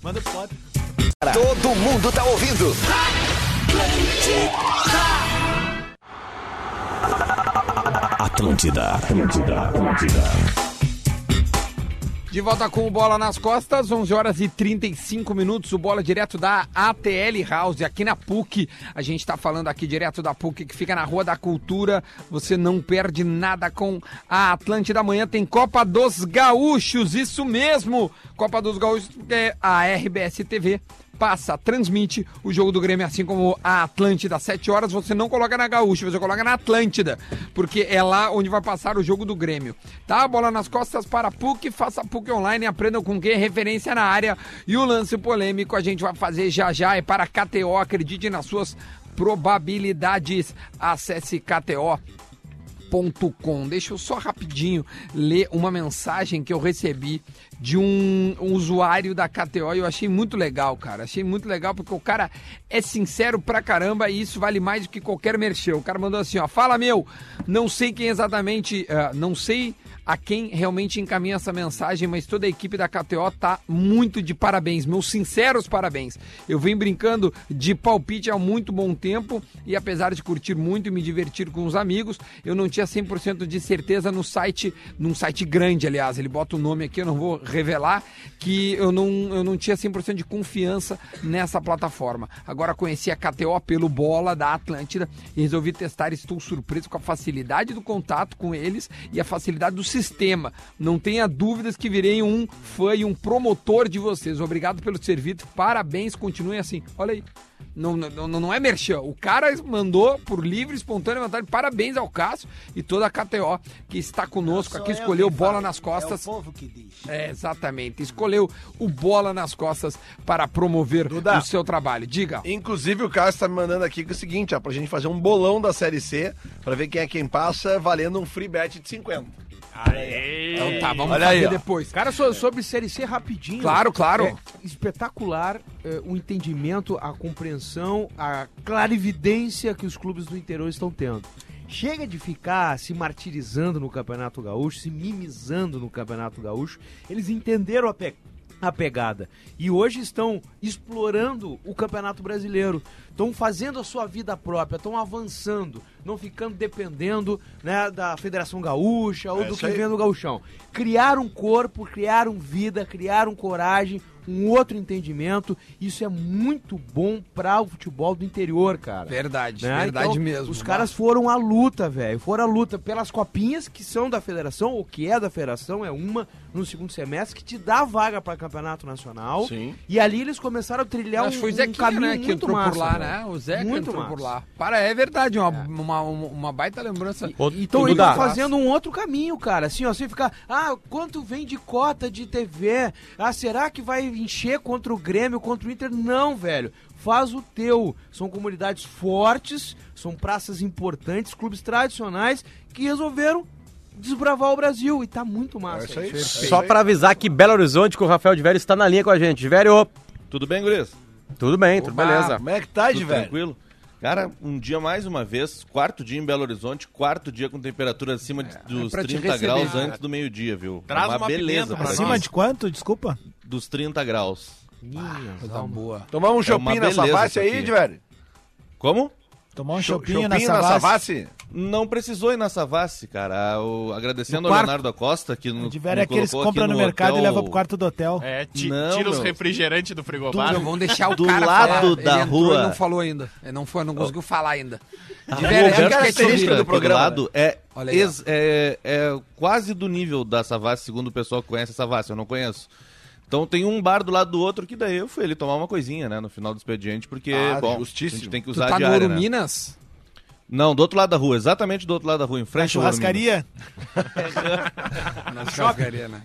G: Manda pro Potter.
K: Todo mundo tá ouvindo. Atlântida, Atlântida, Atlântida.
B: De volta com o Bola nas Costas, 11 horas e 35 minutos, o Bola direto da ATL House, aqui na PUC. A gente está falando aqui direto da PUC, que fica na Rua da Cultura. Você não perde nada com a Atlântida. Amanhã tem Copa dos Gaúchos, isso mesmo! Copa dos Gaúchos, é a RBS TV passa, transmite o jogo do Grêmio, assim como a Atlântida. Às 7 horas você não coloca na Gaúcha, você coloca na Atlântida, porque é lá onde vai passar o jogo do Grêmio. Tá? Bola nas costas para a PUC, faça a PUC online, aprenda com quem é referência na área. E o lance polêmico a gente vai fazer já já, é para KTO, acredite nas suas probabilidades. Acesse KTO com. Deixa eu só rapidinho ler uma mensagem que eu recebi de um, um usuário da KTO e eu achei muito legal, cara. Achei muito legal porque o cara é sincero pra caramba e isso vale mais do que qualquer merchan. O cara mandou assim, ó, fala meu, não sei quem exatamente, ah, não sei a quem realmente encaminha essa mensagem, mas toda a equipe da KTO tá muito de parabéns, meus sinceros parabéns. Eu venho brincando de palpite há muito bom tempo e apesar de curtir muito e me divertir com os amigos, eu não tinha 100% de certeza no site, num site grande, aliás, ele bota o nome aqui, eu não vou revelar, que eu não, eu não tinha 100% de confiança nessa plataforma. Agora conheci a KTO pelo Bola da Atlântida e resolvi testar, estou surpreso com a facilidade do contato com eles e a facilidade do sistema. Não tenha dúvidas que virei um fã e um promotor de vocês. Obrigado pelo serviço, parabéns, continuem assim. Olha aí. Não, não, não não é merchan. O cara mandou por livre, espontânea vontade. Parabéns ao Cássio e toda a KTO que está conosco aqui, escolheu bola nas costas.
G: É o povo que diz.
B: É, exatamente. Escolheu o bola nas costas para promover
H: Duda.
B: o seu trabalho. Diga.
H: Inclusive, o Cássio tá me mandando aqui que é o seguinte, ó, pra gente fazer um bolão da Série C, pra ver quem é quem passa, valendo um free bet de 50.
B: Então tá, vamos
H: Olha aí,
B: fazer
H: ó.
B: depois.
F: Cara, so- sobre Série C rapidinho.
B: Claro, claro.
F: É, espetacular é, o entendimento, a compreensão, a clarividência que os clubes do interior estão tendo. Chega de ficar se martirizando no Campeonato Gaúcho, se mimizando no Campeonato Gaúcho. Eles entenderam a, pe- a pegada. E hoje estão explorando o Campeonato Brasileiro. Estão fazendo a sua vida própria, estão avançando, não ficando dependendo né, da Federação Gaúcha ou
H: É
F: do
H: isso
F: que
H: aí.
F: vem no gauchão. Criaram corpo, criaram vida, criaram coragem, um outro entendimento. Isso é muito bom para o futebol do interior, cara.
B: Verdade,
F: Né?
B: É verdade
F: Então,
B: mesmo.
F: Os caras foram à luta, velho. Foram à luta pelas copinhas que são da federação, ou que é da federação, é uma no segundo semestre, que te dá vaga para campeonato nacional.
H: Sim.
F: E ali eles começaram a trilhar um,
B: Acho que foi o
F: um
B: Zequinha,
F: caminho
B: né, que
F: muito
B: entrou
F: massa,
B: por lá,
F: velho.
B: né? O Zeca
F: Muito
B: entrou
F: massa.
B: por lá. Para, é verdade, uma, Uma, uma, uma baita lembrança.
D: O-
F: Então
D: o
F: eles
D: Duda,
F: estão fazendo um outro caminho, cara. Assim, ó, você ficar, ah, quanto vem de cota de TV? Ah, será que vai encher contra o Grêmio, contra o Inter? Não, velho. Faz o teu. São comunidades fortes, são praças importantes, clubes tradicionais que resolveram desbravar o Brasil e tá muito massa.
H: É isso aí.
D: Só pra avisar que Belo Horizonte, que o Rafael de tá Vério está na linha com a gente. De Vério,
C: Tudo bem, Guriz?
D: tudo bem, tudo beleza.
H: Como é que tá, de velho?
C: Tranquilo?
L: Cara, um dia mais uma vez, quarto dia em Belo Horizonte, quarto dia com temperatura acima de- dos
G: É, pra te
L: 30
G: receber,
L: graus
G: cara.
L: antes do meio-dia, viu? É
G: Traz
L: uma,
G: uma
L: beleza.
G: pimenta
L: pra
G: Acima
L: nós.
G: de quanto? Desculpa.
L: Dos 30 graus. Ah,
G: Coisa boa.
L: Tomar um
G: chopinho
L: shopping
G: nessa face aí,
L: velho. Como?
G: Tomar um
L: Cho-
G: chopinho na
L: chopinho
G: Savassi.
L: Não precisou ir na Savassi, cara. Ah, o- Agradecendo
G: No
L: ao
G: quarto.
L: Leonardo Acosta, que no,
G: De velho é aqueles que compram no, mercado e levam pro quarto do hotel.
E: É, ti-
L: [laughs] Não,
E: tira os
L: meu.
E: refrigerantes do frigobar.
L: Do-
B: Vamos deixar o
L: Do
B: cara
L: lado
B: falar. Ele
L: da
B: entrou
L: rua. Ah,
B: e não falou ainda. Ele não, foi, não conseguiu falar ainda.
L: A
B: De verdade,
L: Roberta
B: que é
L: Característica
B: sorriso.
L: tá do programa. Lado é,
B: Olha aí, ó.
L: ex- é- é quase do nível da Savassi, segundo o pessoal que conhece a Savassi, eu não conheço. Então tem um bar do lado do outro que daí eu fui ele tomar uma coisinha, né, no final do expediente, porque,
B: Ah,
L: bom,
B: justíssimo.
L: a gente tem que
B: Tu
L: usar
B: tá
L: a
B: no
L: diária,
B: Ouro
L: né?
B: Minas?
L: Não, do outro lado da rua, exatamente do outro lado da rua, em
G: Na
L: frente ao Ouro
G: churrascaria?
B: Na churrascaria, né?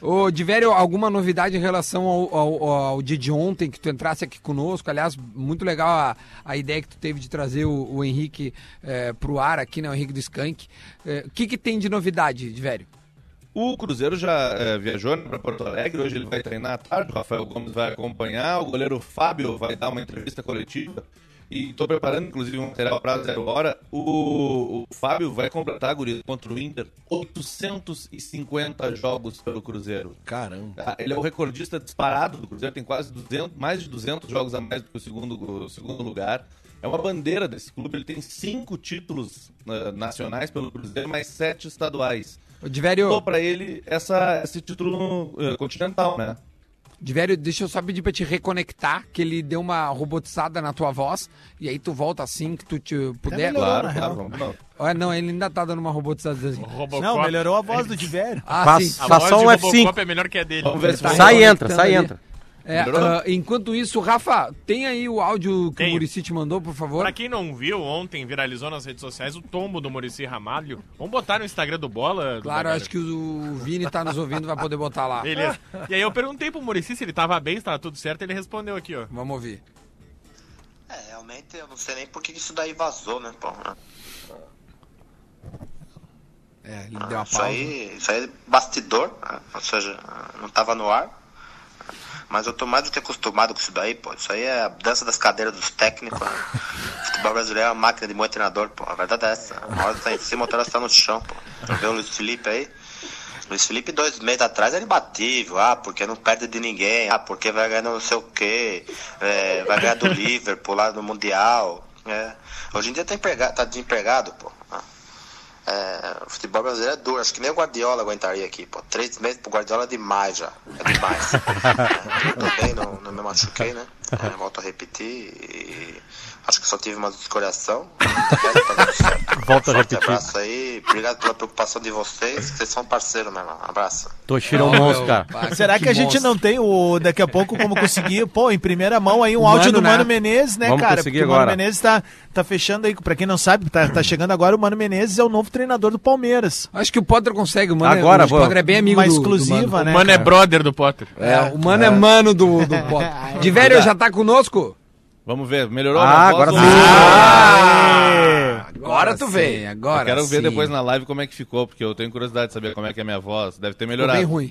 B: Ô, Diverio, alguma novidade em relação ao, ao- ao dia de ontem que tu entrasse aqui conosco? Aliás, muito legal a, a ideia que tu teve de trazer o, o Henrique eh, pro ar aqui, né? O Henrique do Skank. Eh, O que, que tem de novidade, Diverio?
L: O Cruzeiro já eh, viajou para Porto Alegre, hoje ele vai treinar à tarde, o Rafael Gomes vai acompanhar, o goleiro Fábio vai dar uma entrevista coletiva e estou preparando inclusive um material para zero hora. O, o Fábio vai completar a guria contra o Inter 850 jogos pelo Cruzeiro. Caramba! Ele é o recordista disparado do Cruzeiro, tem quase 200, mais de 200 jogos a mais do que o segundo, o segundo lugar. É uma bandeira desse clube, ele tem cinco títulos eh, nacionais pelo Cruzeiro, mais sete estaduais.
B: Ô, Diverio.
L: Tô pra ele essa, esse título eh, continental, né?
B: Diverio, deixa eu só pedir pra te reconectar, que ele deu uma robotizada na tua voz, e aí tu volta assim que tu te puder.
G: melhorou, Claro, na claro, real.
L: vamos lá.
B: Olha, não, ele ainda tá dando uma robotizadazinha.
G: Não, melhorou a voz do Diverio.
B: Ah,
D: Faz-
B: sim.
D: faz A só voz um de Robocop F5.
E: é melhor que a dele.
D: Vamos ver
B: Ele
D: se vai. Sai e entra,
B: reconectando
D: sai e
B: ali.
D: entra.
B: É,
D: Melhorou?
B: ah, enquanto isso, Rafa, tem aí o áudio que
E: Tenho.
B: o Murici te mandou, por favor?
E: Pra quem não viu, ontem viralizou nas redes sociais o tombo do Murici Ramalho. Vamos botar no Instagram do Bola?
B: Claro, acho que o Vini tá nos ouvindo, vai poder botar lá.
E: Beleza. E aí eu perguntei pro Murici se ele tava bem, se tava tudo certo, ele respondeu aqui, ó.
B: Vamos ouvir.
M: É, Realmente, eu não sei nem por que isso daí vazou, né, pô?
B: É, ele deu uma
M: Isso
B: pausa.
M: aí, isso aí é bastidor, né? ou seja, não tava no ar. Mas eu tô mais do que acostumado com isso daí, pô. Isso aí é a dança das cadeiras dos técnicos. Né? Futebol brasileiro é uma máquina de moer treinador, pô. A verdade é essa. Uma hora tá em cima, outra hora tá no chão, pô. Eu vi o Luiz Felipe aí. Luiz Felipe, dois meses atrás, era imbatível. Ah, porque não perde de ninguém. Ah, porque vai ganhar não sei o quê. É, vai ganhar do Liverpool lá no Mundial. É. Hoje em dia tá, emprega- tá desempregado, pô. Ah. É, o futebol brasileiro é duro, acho que nem o Guardiola aguentaria aqui, pô. Três meses pro Guardiola é demais já. É demais. É, eu tô
D: [laughs]
M: bem, não, não me machuquei,
L: [laughs]
M: né? É, volto a repetir. e Acho que só tive uma descoração.
D: Volta a
M: Um
D: repetir.
M: abraço aí. Obrigado pela preocupação de vocês. Vocês são parceiros, meu irmão. Abraço.
D: Toshiro um Monstro, cara.
G: [laughs] Será que, a gente não tem o daqui a pouco como conseguir, pô, em primeira mão aí um
D: Mano,
G: áudio do
D: né?
G: Mano Menezes, né,
D: Vamos
G: cara?
D: conseguir
G: Porque o
D: agora.
G: Mano Menezes tá, tá fechando aí, pra quem não sabe, tá, tá chegando agora, o Mano Menezes é o novo treinador do Palmeiras.
B: Acho que o Potter consegue, o Mano.
G: Agora,
B: é, o
G: vou-
B: Potter é bem amigo
G: Uma
B: do- do
G: exclusiva,
B: Mano.
G: né,
E: O mano é brother do Potter.
B: É, o Mano é, mano do, do Potter. Diverio já tá conosco?
L: Vamos ver, melhorou
D: Ah,
L: a minha
D: agora
L: voz?
D: sim.
L: Ah,
B: Agora tu vem, agora
L: Eu quero ver
B: sim.
L: depois na live como é que ficou, porque eu tenho curiosidade de saber como é que é a minha voz. Deve ter melhorado.
B: bem ruim.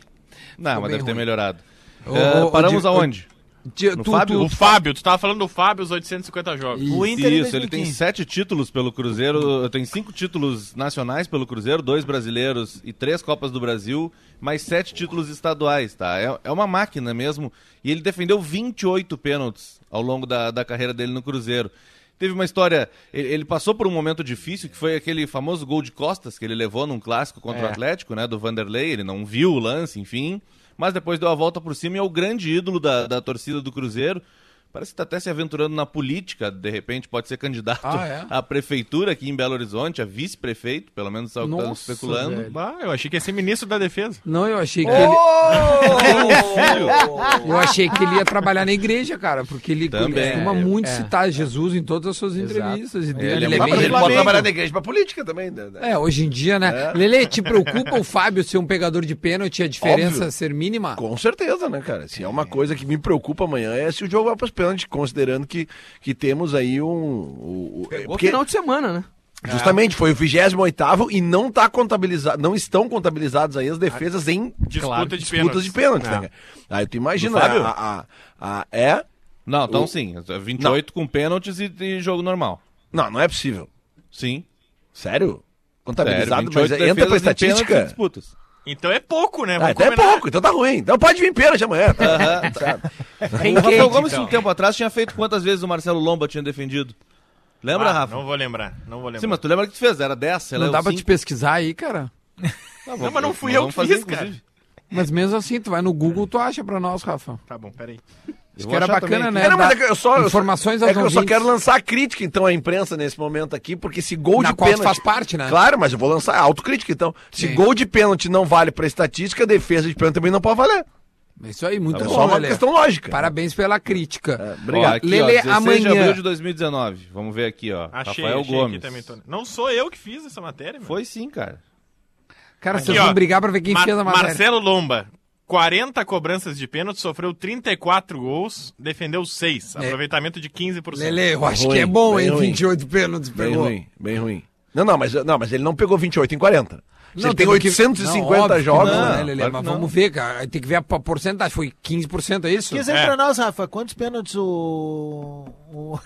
L: Não,
B: Ficou
L: mas
B: bem
L: deve ter
B: ruim.
L: melhorado.
B: Ô,
L: Eh,
B: ô, ô,
L: paramos
B: Di- ô,
L: aonde?
B: Di-
L: No
B: tu-
L: Fábio?
B: tu-
E: O Fábio, tu tava falando do Fábio, os 850 jogos.
L: O
B: é
L: Isso, ele tem sete títulos pelo Cruzeiro, tem cinco títulos nacionais pelo Cruzeiro, dois brasileiros e três Copas do Brasil, mais sete títulos estaduais, tá? É, é uma máquina mesmo. E ele defendeu 28 pênaltis ao longo da, da carreira dele no Cruzeiro. Teve uma história, ele, ele passou por um momento difícil, que foi aquele famoso gol de costas que ele levou num clássico contra o
E: É.
L: Atlético, né, do Vanderlei, ele não viu o lance, enfim, mas depois deu a volta por cima e é o grande ídolo da, da torcida do Cruzeiro. Parece que tá até se aventurando na política, de repente pode ser candidato
E: Ah, é?
L: à prefeitura aqui em Belo Horizonte, a vice-prefeito, pelo menos é o que estão
E: Nossa,
L: especulando.
E: velho. Bah, eu achei que ia ser ministro da defesa.
B: Não, eu achei que
H: Oh!
L: filho.
B: ele. Eu achei que ele ia trabalhar na igreja, cara, porque ele
L: Também.
B: costuma
L: É, eu-
B: muito
L: é.
B: citar Jesus em todas as suas entrevistas. e dele, ele
L: Ele é
B: é
L: muito
B: bem-
L: Flamengo.
H: Ele pode trabalhar na igreja pra política também, né?
B: É, hoje em dia, né? Lele, te preocupa o Fábio ser um pegador de pênalti e a diferença
H: Óbvio.
B: ser mínima?
H: Com certeza, né, cara? Se é uma coisa que me preocupa amanhã é se o jogo vai para os pênaltis, considerando que, que temos aí um. O, o- é,
F: Ou
H: porque-
F: final de semana, né?
H: Justamente, foi o 28 e não tá contabilizado, não estão contabilizadas aí as defesas em
E: Disputa de
H: disputas
E: pênaltis.
H: de pênalti,
E: É.
H: né, cara? Aí tu imagina,
L: Do Fábio?
H: a- a- a- é.
L: Não, então
H: O-
L: sim, 28 com pênaltis e, e jogo normal.
H: Não, não é possível.
L: Sim.
H: Sério?
L: Sério,
H: Contabilizado, mas
L: 28
H: é- entra pra
L: defesas em pênaltis e
H: estatística?
L: disputas.
E: Então é pouco, né?
H: Ah, então é pouco, então tá ruim. Então pode vir pênalti amanhã.
L: Aham.
H: Sabe?
L: o Rafael Gomes, um tempo atrás, tinha feito quantas vezes o Marcelo Lomba tinha defendido? Lembra,
E: Ah,
L: Rafa?
E: Não vou lembrar, não vou lembrar.
L: Sim, mas tu lembra que tu fez? Era 10,
E: Não dá pra te
B: pesquisar aí, cara.
H: Tá
E: Não, mas não fui eu que fiz, cara.
B: Mas mesmo assim, tu vai no Google, tu acha pra nós, Rafa.
E: Tá bom, peraí.
B: Isso que era bacana, né?
H: É, não, mas
B: Dar
H: é que eu só, eu só-
B: informações
H: é
B: aos
H: que eu só
B: ouvintes.
H: quero lançar a crítica, então, à imprensa nesse momento aqui, porque se gol
B: Na
H: de
B: qual tu
H: pênalti.
B: faz parte, né?
H: Claro, mas eu vou lançar a autocrítica, então. Se
B: Sim.
H: gol de pênalti não vale pra estatística, defesa de pênalti também não pode valer.
B: É Isso aí, muito
H: Tá
B: bom,
H: bom. Só uma
B: Lelê.
H: questão lógica.
B: Parabéns pela crítica.
L: Obrigado. aqui, ó,
B: Lele,
L: 16 de abril
B: amanhã.
L: de 2019. Vamos ver aqui, ó.
E: Achei,
L: Rafael
E: achei
L: Gomes.
E: aqui também, Tony. Não sou eu que fiz essa matéria, meu.
L: Foi sim, cara.
B: Cara,
E: Aqui,
B: vocês
E: ó,
B: vão brigar pra ver quem
E: Ma-
B: fez a matéria.
E: Marcelo Lomba, 40 cobranças de pênalti, sofreu 34 gols, defendeu 6, aproveitamento de 15%.
B: É. Lele, eu acho
H: Ruim,
B: que é bom,
H: bem
B: hein?
H: ruim.
B: 28 pênaltis
H: Bem
B: pegou.
H: ruim, bem ruim. Não, não, mas, não, mas ele não pegou 28 em 40. Se ele tem
B: teve que-
H: 850
B: Não, óbvio que
H: jogos.
B: Não,
H: né?
B: né, Lelê?
H: Claro que
B: Mas
H: não.
B: vamos ver, cara. Tem que ver a p- porcentagem. Foi 15%, é isso?
G: Diz aí pra nós, Rafa, quantos pênaltis o. o...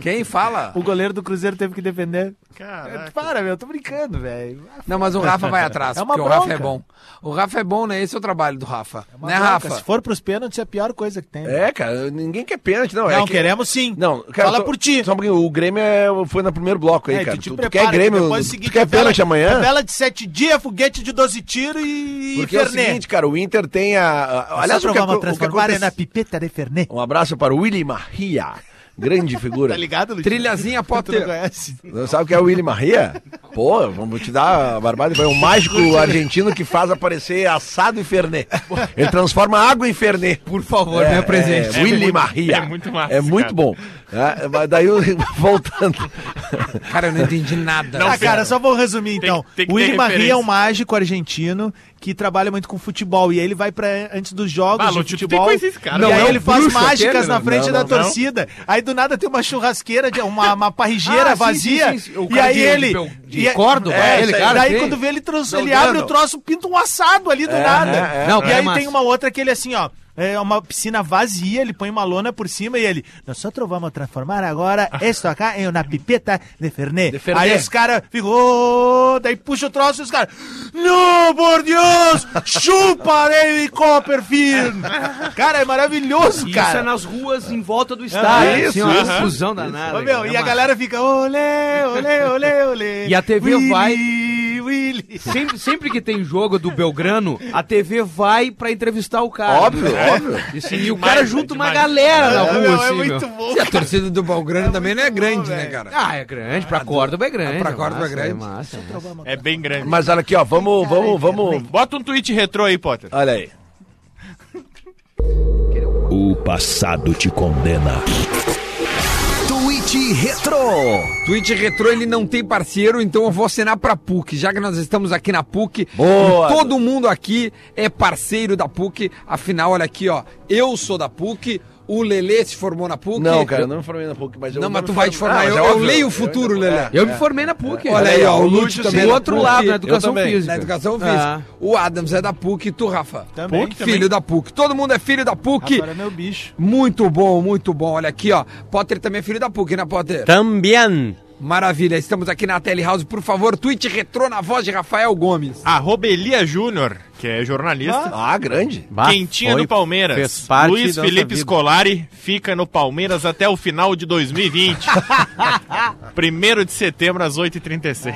B: Quem fala?
G: [laughs] O goleiro do Cruzeiro teve que defender. É,
E: Caraca.
G: Para, meu, eu tô brincando, velho.
B: Não, mas o Rafa vai atrás,
G: [laughs] É uma
B: porque o Rafa é
G: bronca.
B: bom. O Rafa é bom, né? Esse é o trabalho do Rafa.
G: Uma
B: Né,
G: bronca.
B: Rafa?
G: Se for pros pênaltis, é a pior coisa que tem.
H: É, cara, ninguém quer pênalti, não. é
G: Não,
H: que-
G: queremos sim.
H: Não, cara,
G: Fala
H: tô-
G: por ti.
H: Só um pouquinho, o Grêmio é- foi no primeiro bloco aí,
G: É,
H: cara.
G: te
H: Tu, tu
G: prepara,
H: quer
G: que
H: Grêmio?
G: depois o
H: Tu
G: seguinte
H: quer
G: é vela-
H: pênalti
G: é
H: amanhã?
G: Vela de sete dias, foguete de 12 tiros e
H: Porque é o seguinte, cara, o Inter tem a. a- aliás,
G: Aliás,
H: o que,
G: programa
H: acon- o que
G: transformar é
H: acontece...
G: na pipeta de Fernet.
H: Um abraço para o Willy Maria, grande figura.
B: [laughs]
G: Tá ligado, Luiz?
B: Trilhazinha
G: Tu não
B: Potter.
G: conhece?
H: Não sabe o que é o Willy Maria? Pô, vamos te dar a barbada. Foi um mágico argentino que faz aparecer assado e Fernet. Ele transforma água em Fernet.
B: Por favor, me apresente.
H: É, Willy
E: muito-
H: Maria.
E: é muito massa,
H: É muito
E: cara.
H: bom. É, mas daí, eu- [laughs] voltando.
B: Cara, eu não entendi nada.
G: ah, cara, só vou resumir
E: Tem-
G: então.
E: tem que
G: o
E: ter
G: Willy Maria é um
E: referência.
G: mágico argentino que trabalha muito com futebol. E aí ele vai pra antes dos jogos
E: Balu,
G: de
E: tu tem
G: futebol.
E: coisa esse cara,
G: e
E: né?
G: aí
E: É um
G: ele faz
B: bruxo
G: mágicas
B: aquele,
G: na
B: né?
G: frente
H: Não,
G: da
H: não,
G: torcida. Aí do nada tem uma churrasqueira, de- uma, uma parrigeira
B: Ah, sim,
G: vazia.
B: sim, sim, sim. O
G: E
B: cara
G: aí
B: de-
G: ele.
B: de- de
G: e aí-
B: Córdoba,
G: é,
B: ele,
G: isso aí.
B: cara,
G: daí
B: tem.
G: quando vê ele, trans,
H: Não,
G: ele
H: Leandro.
G: abre o troço, pinta um assado ali do
H: É,
G: nada.
H: é, é.
B: Não,
G: e
B: cara,
G: aí
B: é massa.
G: tem uma outra que ele assim, ó. É uma piscina vazia, ele põe uma lona por cima e ele. Nós só vamos transformar agora isso acá em uma pipeta de Fernet.
H: De Fernet.
G: Aí os caras ficam. "Oh", daí puxa o troço e os caras. Não, por Deus! Chupa, David Copperfield! Cara, é maravilhoso,
F: Isso é
G: cara.
F: nas ruas em volta do estádio.
H: isso,
F: assim, uma
H: isso.
F: confusão danada.
G: Ô, meu,
F: cara,
G: e
F: é
G: a
F: uma-
G: galera fica. Olê, olê, olê, olê.
F: E a TV
G: Willy,
F: vai-
G: Willy.
F: Sempre, sempre que tem jogo do Belgrano, a TV vai pra entrevistar o cara.
H: Óbvio,
B: É.
H: óbvio.
F: Isso, e o
E: demais,
F: cara
E: é
F: junta uma
E: demais.
F: galera na
G: Ah,
F: rua,
G: meu, é
F: assim, meu.
G: muito bom.
B: E a torcida do Balgrande também não é grande, né, cara?
F: Ah, é grande. Pra Córdoba é grande.
B: pra Córdoba é
F: massa,
B: grande.
F: massa, massa.
E: É bem grande.
H: Mas olha aqui, ó, vamos, vamos, vamos.
E: Bota um tweet retrô aí, Potter.
H: Olha aí.
K: O passado te condena.
B: Twitch Retro. Twitch Retro, ele não tem parceiro, então eu vou assinar pra PUC, já que nós estamos aqui na PUC.
H: Boa.
B: E todo mundo aqui é parceiro da PUC, afinal, olha aqui, ó, eu sou da PUC, o Lelê se formou na PUC.
H: Não, cara, eu não me formei na PUC, mas eu
B: um Não, mas
H: me
B: tu vai te
H: formei-
B: formar,
H: Ah, mas
B: eu,
H: é
B: eu
H: óbvio,
B: leio o futuro,
H: ainda-
B: Lelê.
F: Eu me formei na PUC.
B: É. Olha aí, ó, o
H: Lúcio
B: Lúcio também
H: sim.
B: é
F: Do
B: da
F: outro
B: PUC.
F: lado, na
B: Eu
F: educação
B: também.
F: física.
B: Na educação
F: Ah.
B: física. O Adams é da PUC e tu, Rafa.
G: Também.
B: PUC, filho da PUC. Todo mundo é filho da PUC.
G: Agora é meu bicho.
B: Muito bom, muito bom. Olha aqui, ó. Potter também é filho da PUC, né, Potter?
D: Também.
B: Maravilha, estamos aqui na Telehouse, por favor, tweet retrô na voz de Rafael Gomes.
E: Arroba Elia Júnior, que é jornalista.
H: Ah, grande.
D: Bah,
E: Quentinha
D: foi-
E: do Palmeiras.
D: fez parte
E: Luiz
D: da nossa
E: Felipe
D: vida.
E: Scolari fica no Palmeiras até o final de 2020. 1 de setembro às 8h36.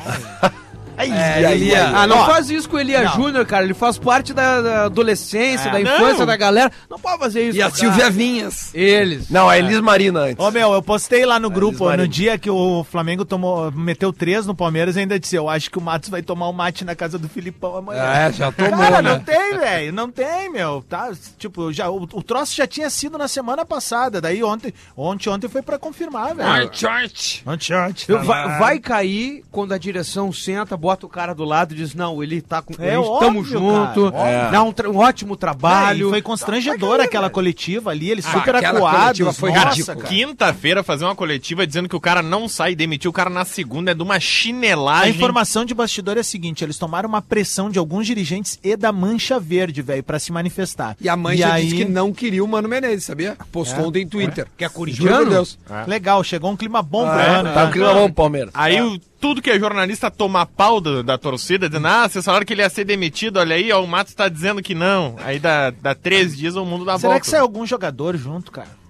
B: É, ele é-
F: Ah, não faz isso com o Elia Júnior, cara. Ele faz parte da, da adolescência, da infância da galera. Não pode fazer isso.
B: E a
F: cara.
B: Silvia Vinhas.
F: Eles.
H: Não, a Elis Marina antes.
G: Ô meu, eu postei lá no grupo
H: Marinho.
G: no dia que o Flamengo tomou, meteu três no Palmeiras e ainda disse: Eu acho que o Matos vai tomar um mate na casa do Filipão amanhã.
B: É, já tomou,
G: Cara, não
B: né?
G: tem, velho. Não tem, meu. Tá, tipo, já, o, o troço já tinha sido na semana passada. Daí ontem, ontem, ontem foi pra confirmar, velho.
B: Ai, tchau, tchau.
G: Ontem, ontem.
F: Eu- vai, vai cair quando a direção senta, bota o cara do lado e diz: Não, ele tá com.
G: É
F: É,
G: óbvio,
F: estamos junto,
G: cara,
H: É.
G: óbvio.
F: dá um, tra- um ótimo trabalho.
G: É, e foi constrangedora aquela coletiva ali,
H: Ah,
G: eles super
F: Ah, aquela
G: acuados.
F: coletiva foi
G: nossa,
F: ridícula.
G: cara.
E: Quinta-feira fazer uma coletiva dizendo que o cara não sai e demitiu o cara na segunda é de uma
G: A
E: chinelagem.
G: informação de bastidor é a seguinte: eles tomaram uma pressão de alguns dirigentes e da Mancha Verde, velho, pra se manifestar.
B: E a mãe já disse que
G: aí-
B: não queria o Mano Menezes, sabia? Postou
G: É?
B: ontem em Twitter.
G: Que é
B: corintiano? Juro por Deus.
G: Legal, chegou um clima bom pro
E: É,
G: ano.
E: tá,
G: né?
E: um clima bom pro
H: Palmeiras.
E: Aí o- tudo que é jornalista toma pau da, da torcida, dizendo, ah, vocês falaram que ele ia ser demitido, olha aí, ó, o Matos tá dizendo que não. Aí dá, dá três dias o mundo dá
G: Será
E: volta.
G: que sai algum jogador junto, cara?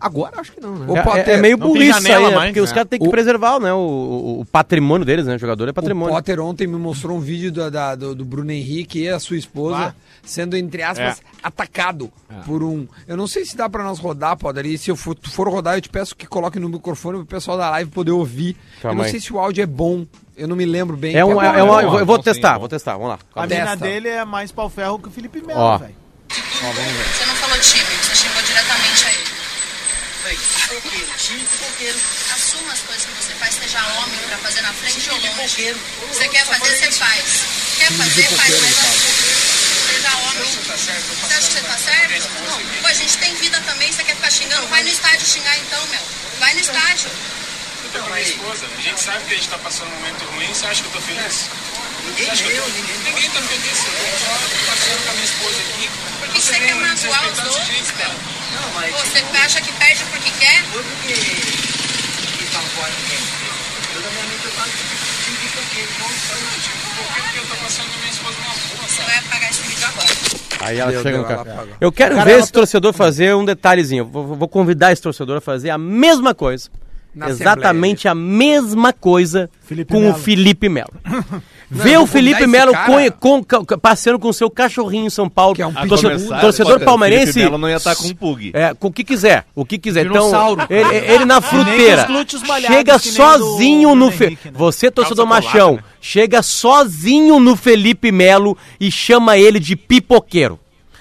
B: Agora acho que não, né?
D: É- é, meio
E: Não tem
D: burrice isso aí,
E: janela
D: né?
E: mais,
D: porque os
E: né?
D: caras têm que preservar né, o, o- o patrimônio deles, né? O jogador é
B: O
D: patrimônio.
B: Potter ontem me mostrou um vídeo da- da- do, do Bruno Henrique e a sua esposa sendo, entre aspas,
D: É.
B: atacado por um. Eu não sei se dá pra nós rodar, Potter, e se eu for, tu for rodar, eu te peço que coloque no microfone pro pessoal da live poder ouvir.
D: Calma
B: eu não
D: aí.
B: sei se o áudio é bom, eu não me lembro bem.
D: É um,
B: Quer
D: é, é
B: bom,
D: um-
B: né?
D: eu vou- eu vou testar, vou testar, vamos lá.
G: A
D: Calma aí.
G: mina dele é mais pau ferro que o Felipe Melo,
D: Ó.
G: velho.
D: Ó, vamos ver.
N: Você não falou time, você xingou diretamente a ele. Foi. Fogueiro, time fogueiro. Assuma as coisas que você faz, seja homem pra fazer na frente ou longe. Você quer fazer, você faz. Quer fazer, faz, mas assuma. Seja homem. Você acha que você tá certo? Não. Pô, a gente tem vida também, você quer ficar xingando? Vai no estádio xingar então, meu. Vai no estádio.
O: Eu tô com a minha esposa, a gente sabe que a gente tá passando um momento ruim, você acha que eu tô feliz? Ninguém acha que eu tô... ninguém. tá feliz. Eu tô lá passeando com a minha esposa aqui.
N: Por que você quer magoar os outros, meu? Pô, Você tá acha que perde porque quer?
O: E tá fora Eu da minha mente eu falo que porque né? Tipo, porque eu tô passando com a minha esposa numa boa.
N: Você vai apagar esse vídeo agora.
D: Aí ela
O: Meu
D: chega no
O: Deus,
D: cara.
O: ela apaga.
D: Eu quero
O: Cara,
D: ver
O: ela
D: esse torcedor fazer um detalhezinho. Vou, vou convidar esse torcedor a fazer a mesma coisa.
O: Na
D: exatamente a mesma coisa com
O: Melo.
D: o Felipe Melo.
O: Não,
D: Ver
O: eu
D: o
O: vou
D: Felipe
O: convidar
D: Melo
O: esse
D: co-
O: cara.
D: com, ca- passeando com o seu cachorrinho em São Paulo.
L: pitbull.
D: torcedor
L: A começar,
D: torcedor
L: Potter,
D: palmeirense.
L: Felipe Melo não ia tá com um pug.
D: É, com o que quiser. O que quiser. Então,
L: Dinossauro.
D: ele, ele na
L: Que nem
D: fruteira.
L: os glúteos malhados,
D: Chega
L: que nem do né?
D: sozinho no. Fe... Você, torcedor
L: Calça colada,
D: machão, chega sozinho no Felipe Melo e chama ele de pipoqueiro.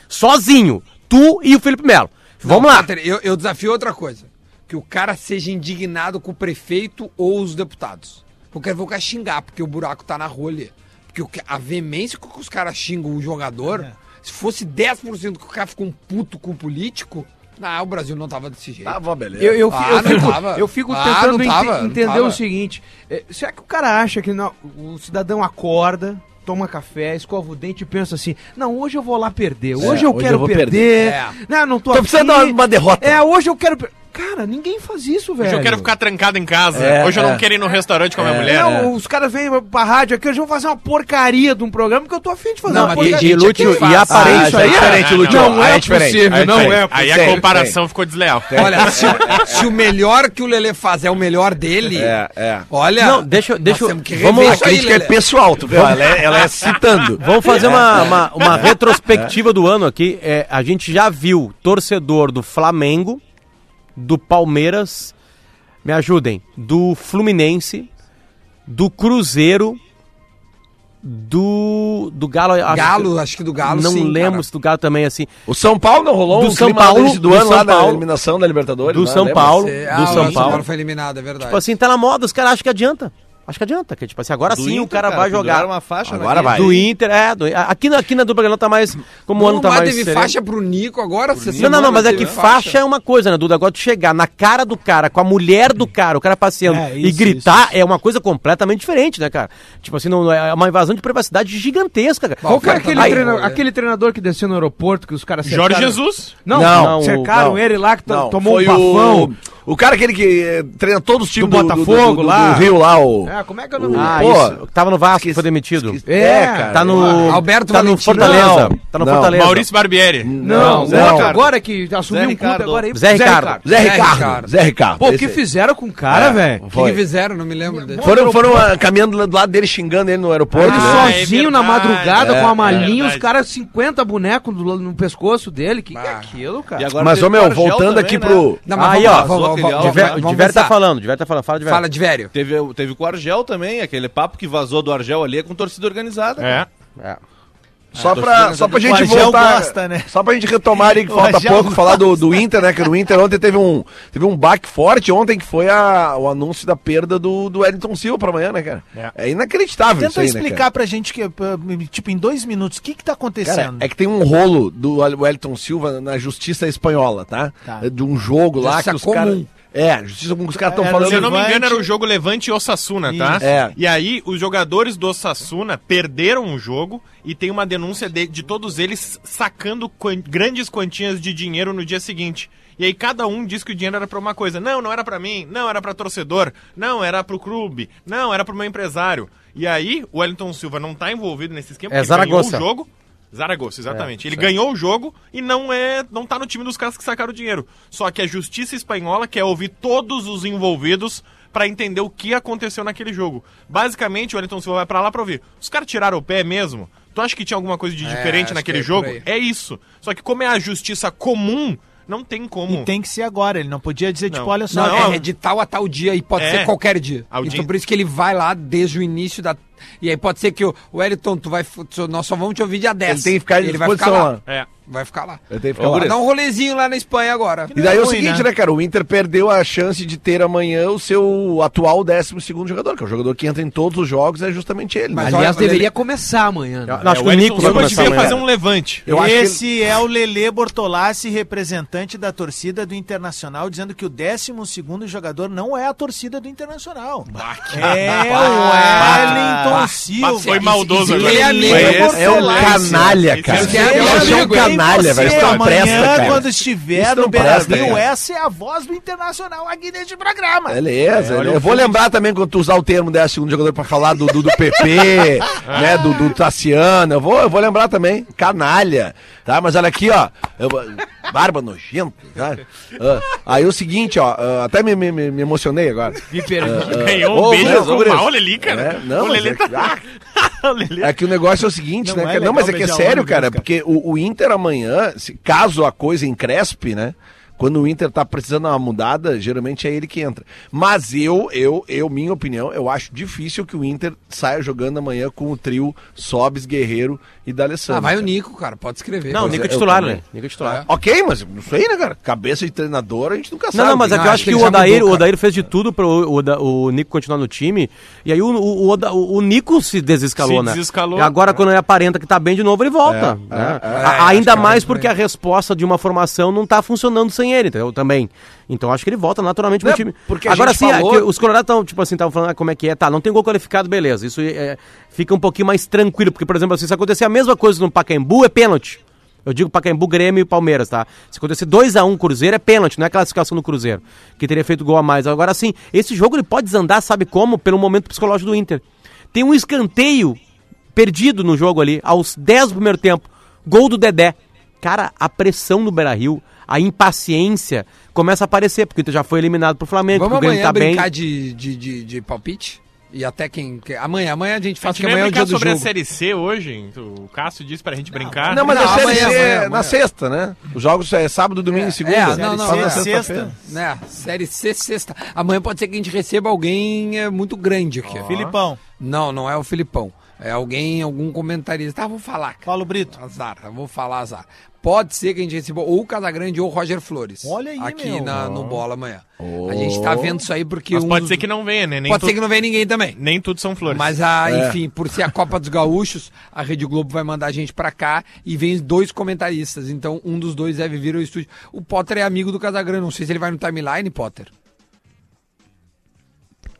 D: Sozinho. Tu e o Felipe Melo. Vamos lá.
B: Potter, eu, eu desafio outra coisa. Que o cara seja indignado com o prefeito ou os deputados. Eu quero ver o cara xingar, porque o buraco tá na rolha. Porque o que- a veemência com que os caras xingam o jogador, se fosse 10% que o cara ficou um puto com o político, ah, o Brasil não tava desse jeito. Tava, beleza.
F: Eu, eu, fi- eu
B: ah, não
F: fico,
B: tava.
F: eu fico
B: Ah,
F: tentando
B: não
F: ente-
B: tava, não
F: entender
B: tava.
F: o seguinte: é, será que o cara acha que não- o cidadão acorda, toma café, escova o dente e pensa assim: não, hoje eu vou lá perder, hoje eu
H: hoje
F: quero
H: eu vou
F: perder. né,
H: perder.
F: Não, não tô,
H: Tô precisando
F: aqui.
H: de uma derrota.
F: É, hoje eu quero. per- Cara, ninguém faz isso, velho.
E: Hoje eu quero ficar trancado em casa.
F: É,
E: Hoje eu
F: é.
E: não quero ir no restaurante com a minha mulher. né?
F: Não, os caras vêm pra rádio aqui, hoje eu vou fazer uma porcaria de um programa que eu tô afim de fazer
D: Não,
F: uma
D: mas
F: porcaria.
D: de- de
F: Quem
D: Lúcio
F: que faz?
D: e aparente, isso aí é
E: diferente, Lúcio.
F: Não
E: Aí
F: é
B: tipo
E: é diferente,
F: possível,
E: aí
F: não é
E: diferente. Aí a
F: possível.
E: comparação ficou desleal.
H: É.
B: Olha, se, o- se o melhor que o Lelê faz é o melhor dele.
E: É,
H: é.
B: Olha.
D: Não, deixa, deixa
B: temos que
D: vamos
B: rever
D: lá. é
B: isso aí, Lelê.
H: Ela é- ela é citando.
D: [laughs] Vamos fazer
H: [laughs]
D: uma,
H: É.
D: uma, uma retrospectiva do ano aqui. É, a gente já viu torcedor do Flamengo, do Palmeiras, me ajudem, do Fluminense, do Cruzeiro, do, do Galo. acho
B: Galo, acho que do Galo,
D: Não
B: sim,
D: lembro
B: cara.
D: se do Galo também, assim.
H: O São Paulo não rolou
D: do
H: um
D: São
H: clima
D: Paulo,
H: desde do, ano lá da eliminação da Libertadores.
D: Do
H: né?
D: São
H: Lembra?
D: Paulo,
B: Ah,
D: do
B: o
D: São Paulo.
B: foi eliminado, é verdade.
D: Tipo assim, tá na moda, os caras acham que adianta. Acho que adianta, que tipo assim, agora
B: Do
D: sim o
B: Inter,
D: cara,
B: cara,
D: vai jogar.
B: penduraram uma faixa né?
D: agora
B: naquele-
D: vai. Do Inter, é. do- aqui, na, aqui na dupla Grenal tá mais. Como o ano tá
B: Não, mas
D: mais.
B: teve
D: sereno.
B: faixa pro Nico agora? essa
D: Não, não,
B: semana
D: não, mas é
B: teve
D: que faixa é uma coisa, né, Duda? Agora tu chegar na cara do cara, com a mulher do cara, o cara passeando
B: É,
D: e
B: isso,
D: gritar é uma coisa completamente diferente, né, cara? Tipo assim, não, é uma invasão de privacidade gigantesca, cara.
F: Qual que é aquele,
D: Aí-
F: treina- aquele treinador que desceu no aeroporto que os caras
D: Jorge Jesus.
F: Não,
D: Não,
F: não cercaram
D: não.
F: ele lá que to-
D: Não,
F: tomou um
D: foi o-
F: bafão.
H: O cara aquele que eh, treina todos os times
F: Do Botafogo lá.
H: do Rio lá, o...
F: É, como é que eu
H: o-
F: não
D: Ah,
H: Pô,
D: isso. Tava no Vasco, foi demitido.
H: É, cara.
D: Tá no.
B: Alberto
D: tá no
B: Valentino.
D: Fortaleza.
B: Não,
D: Tá no
B: não.
D: Fortaleza.
E: Maurício Barbieri.
F: Não, o outro agora que assumiu um clube agora aí.
D: Zé Ricardo.
H: Zé Ricardo. Zé Ricardo.
F: Pô, o que
H: Esse-
F: fizeram com o cara,
H: É,
F: velho?
H: foi.
B: que fizeram? Não me lembro dele.
H: Foram, foram ah, caminhando do lado dele, xingando ele no aeroporto.
F: Ele
H: né?
F: sozinho na madrugada
H: É,
F: com a
H: é
F: malinha, os
H: verdade.
F: caras 50 bonecos do- no pescoço dele. Que que é aquilo, cara?
H: Mas, ô meu, voltando aqui
D: né?
H: pro.
D: Aí, ó. Diver-
L: né? vamos
D: Diverio tá
L: avançar.
D: falando, Diver tá falando. Fala, Diver.
L: Teve, teve com o Argel também, aquele papo que vazou do Argel ali é com torcida organizada.
E: É.
D: É.
H: Só pra, só pra gente voltar.
G: É, né?
H: Só pra gente retomar ali que
G: O
H: falta
G: Agel
H: pouco, falar do, do Inter, né? Que o Inter ontem teve um, teve um baque forte ontem, que foi a, o anúncio da perda do, do Wellington Silva pra amanhã, né, cara? É, inacreditável isso
G: Tenta
H: aí, né,
G: explicar
H: cara?
G: pra gente, que, pra- tipo, em dois minutos, o que que tá
H: Cara,
G: acontecendo?
H: é que tem um rolo do Wellington Silva na justiça espanhola, tá?
G: Tá.
H: De um jogo lá
E: Justiça
H: que os caras.
E: comum.
H: É, justiça como os caras estão
E: Era-
H: falando.
E: Se eu não me engano, era o jogo Levante e Osasuna, tá?
H: Isso. É.
E: E aí, os jogadores do Osasuna perderam o jogo e tem uma denúncia de, de todos eles sacando quan- grandes quantias de dinheiro no dia seguinte. E aí cada um diz que o dinheiro era pra uma coisa. Não, não era pra mim. Não, era pra torcedor. Não, era pro clube. Não, era pro meu empresário. E aí, o Wellington Silva não tá envolvido nesse esquema.
D: É
E: porque ele
D: Zaragoza.
E: Ganhou o jogo. Zaragoza, exatamente.
D: É,
E: ele
D: é.
E: ganhou o jogo e não é, não tá no time dos caras que sacaram o dinheiro. Só que a justiça espanhola quer ouvir todos os envolvidos pra entender o que aconteceu naquele jogo. Basicamente, o Wellington Silva vai pra lá pra ouvir. Os caras tiraram o pé mesmo? Tu acha que tinha alguma coisa de
G: É,
E: diferente
G: acho
E: naquele
G: que é por
E: jogo?
G: aí.
E: É isso. Só que como é a justiça comum, não tem como.
G: E tem que ser agora, ele não podia dizer,
E: Não.
G: tipo, olha só.
E: Não,
G: é-
E: é
B: de tal a tal dia e pode
G: É.
B: ser qualquer dia.
G: Audi-
B: Então por isso que ele vai lá desde o início da. E aí pode ser que o o Wellington, tu vai. Nós só vamos te ouvir dia 10.
H: Ele tem que ficar à
B: Ele vai ficar
H: disposição
B: lá.
E: É.
B: Vai ficar lá.
H: Eu tenho que
B: Vai
H: ficar lá.
B: dar um rolezinho lá na Espanha agora.
H: E daí é o seguinte, né? cara? O Inter perdeu a chance de ter amanhã o seu atual 12 jogador, que é o jogador que entra em todos os jogos, é justamente ele.
F: Mas aliás, deveria começar amanhã. né?
H: Eu- não, acho É, que o o Nico Wellington vai Silva começar devia amanhã. fazer um
E: levante.
H: Eu acho que
G: Esse é o Lele Bortolassi, representante da torcida do Internacional, dizendo que o 12 jogador não é a torcida do Internacional. É o Wellington Silva.
E: Foi maldoso agora.
G: Ele é amigo,
H: É um canalha, cara.
G: Esse
H: é
G: meu
H: um
G: amigo, hein?
H: canalha, velho.
G: Você
H: Isso não
G: amanhã,
H: presta, cara.
G: quando
H: Isso
G: estiver
H: não
G: no
H: presta,
G: Brasil,
H: cara.
G: essa é a voz do Internacional aqui neste programa.
H: Beleza, né?
G: É, olha
H: eu
G: o
H: vou
G: filme.
H: lembrar também quando tu usar o termo 12 jogador pra falar do, do, do PP, né, do, do Tassiano, eu vou, eu vou lembrar também, canalha, tá? Mas olha aqui, ó, eu vou- barba nojenta, tá? Ah, aí o seguinte, ó, ah, até me, me, me me emocionei agora.
F: Me perdi.
E: [laughs] Ganhou um beijo,
H: Guris,
E: um
H: É. ô, Guris.
E: mal, Leli, cara.
H: É, não,
E: O
H: mas
E: Leli
H: é
E: tá-
H: que- ah, é que o negócio é o seguinte,
G: Não
H: né?
G: é
H: cara?
G: legal
H: Não, mas é que é
G: beijar
H: sério,
G: homem,
H: cara,
G: né, cara?
H: porque o, o Inter amanhã, se- caso a coisa encrespe, né? Quando o Inter tá precisando de uma mudada, geralmente é ele que entra. Mas eu, eu, eu, minha opinião, eu acho difícil que o Inter saia jogando amanhã com o trio Sobes, Guerreiro e D'Alessandro.
B: Ah, vai o
H: cara.
B: Nico, cara. Pode escrever. É.
H: Pois é,
B: Nico
D: é
E: é
H: eu também.
E: né?
D: né?
H: Ok, mas não sei, né, cara? Cabeça de treinador a gente nunca sabe. né?
D: Não, não, mas é que eu acho que
H: ele
D: o
H: já
D: Odair,
H: mudou,
D: o
H: cara.
D: Odair fez de tudo para o, Oda- o Nico continuar no time. E aí o, o, o Oda- o- o Nico se desescalou,
E: Se
D: né?
E: desescalou.
D: E agora, quando ele aparenta que tá bem de novo, ele volta.
E: É,
D: né?
E: é, é,
D: A-
E: acho
D: Ainda
E: que
H: um
D: mais porque a resposta de uma formação não tá funcionando sem ele, entendeu? Também. Então acho que ele volta naturalmente pro
H: Não,
D: time.
H: porque a
D: agora
H: gente
D: sim, é
H: falou-
D: que os Colorados estão, tipo assim, estavam falando ah, como é que é, tá, não tem gol qualificado, beleza. Isso é, fica um pouquinho mais tranquilo, porque, por exemplo, assim, se acontecer a mesma coisa no Pacaembu, é pênalti. Eu digo Pacaembu, Grêmio e Palmeiras, tá? Se acontecer 2x1 Cruzeiro, é pênalti, não é classificação do Cruzeiro, que teria feito gol a mais. Agora sim, esse jogo ele pode desandar, sabe como? Pelo momento psicológico do Inter. Tem um escanteio perdido no jogo ali, aos 10 do primeiro tempo. Gol do Dedé. Cara, a pressão no Beira-Rio, a impaciência começa a aparecer, porque o Inter já foi eliminado pro Flamengo,
B: Vamos
D: porque o Grêmio
B: amanhã
D: tá bem.
B: brincar de, de, de, de palpite? E até quem. que- Amanhã, amanhã a gente
E: A
B: faz,
E: gente
B: que
E: não
B: amanhã
E: ia
B: é o dia
E: brincar
B: do
E: sobre
B: jogo.
E: a Série C hoje? O Cássio disse pra gente brincar.
H: Não, mas a série
B: amanhã,
H: C
B: amanhã,
H: é na
B: amanhã.
H: sexta, né? Os jogos é sábado, domingo e segunda.
B: É, não, não,
H: Só na
B: é.
H: sexta-feira.
B: Né? Série C, sexta. Amanhã pode ser que a gente receba alguém é, muito grande aqui.
G: Filipão.
B: Não, não é o Filipão. É alguém, algum comentarista. Ah, vou falar. Cara.
G: Paulo Brito.
B: Azar, eu vou falar azar. Pode ser que a gente receba ou o Casagrande ou o Roger Flores. Olha aí, Aqui
E: meu.
B: na, no Bola amanhã. A gente tá vendo isso aí porque...
E: Mas
B: um
E: pode
B: dos-
E: ser que não venha, né? Nem
B: pode
E: tu-
B: ser que não venha ninguém também.
E: Nem tudo são flores.
B: Mas, a,
E: É.
B: enfim, por ser a Copa dos Gaúchos, a Rede Globo vai mandar a gente pra cá e vem dois comentaristas. Então, um dos dois deve vir ao estúdio. O Potter é amigo do Casagrande. Não sei se ele vai no timeline, Potter.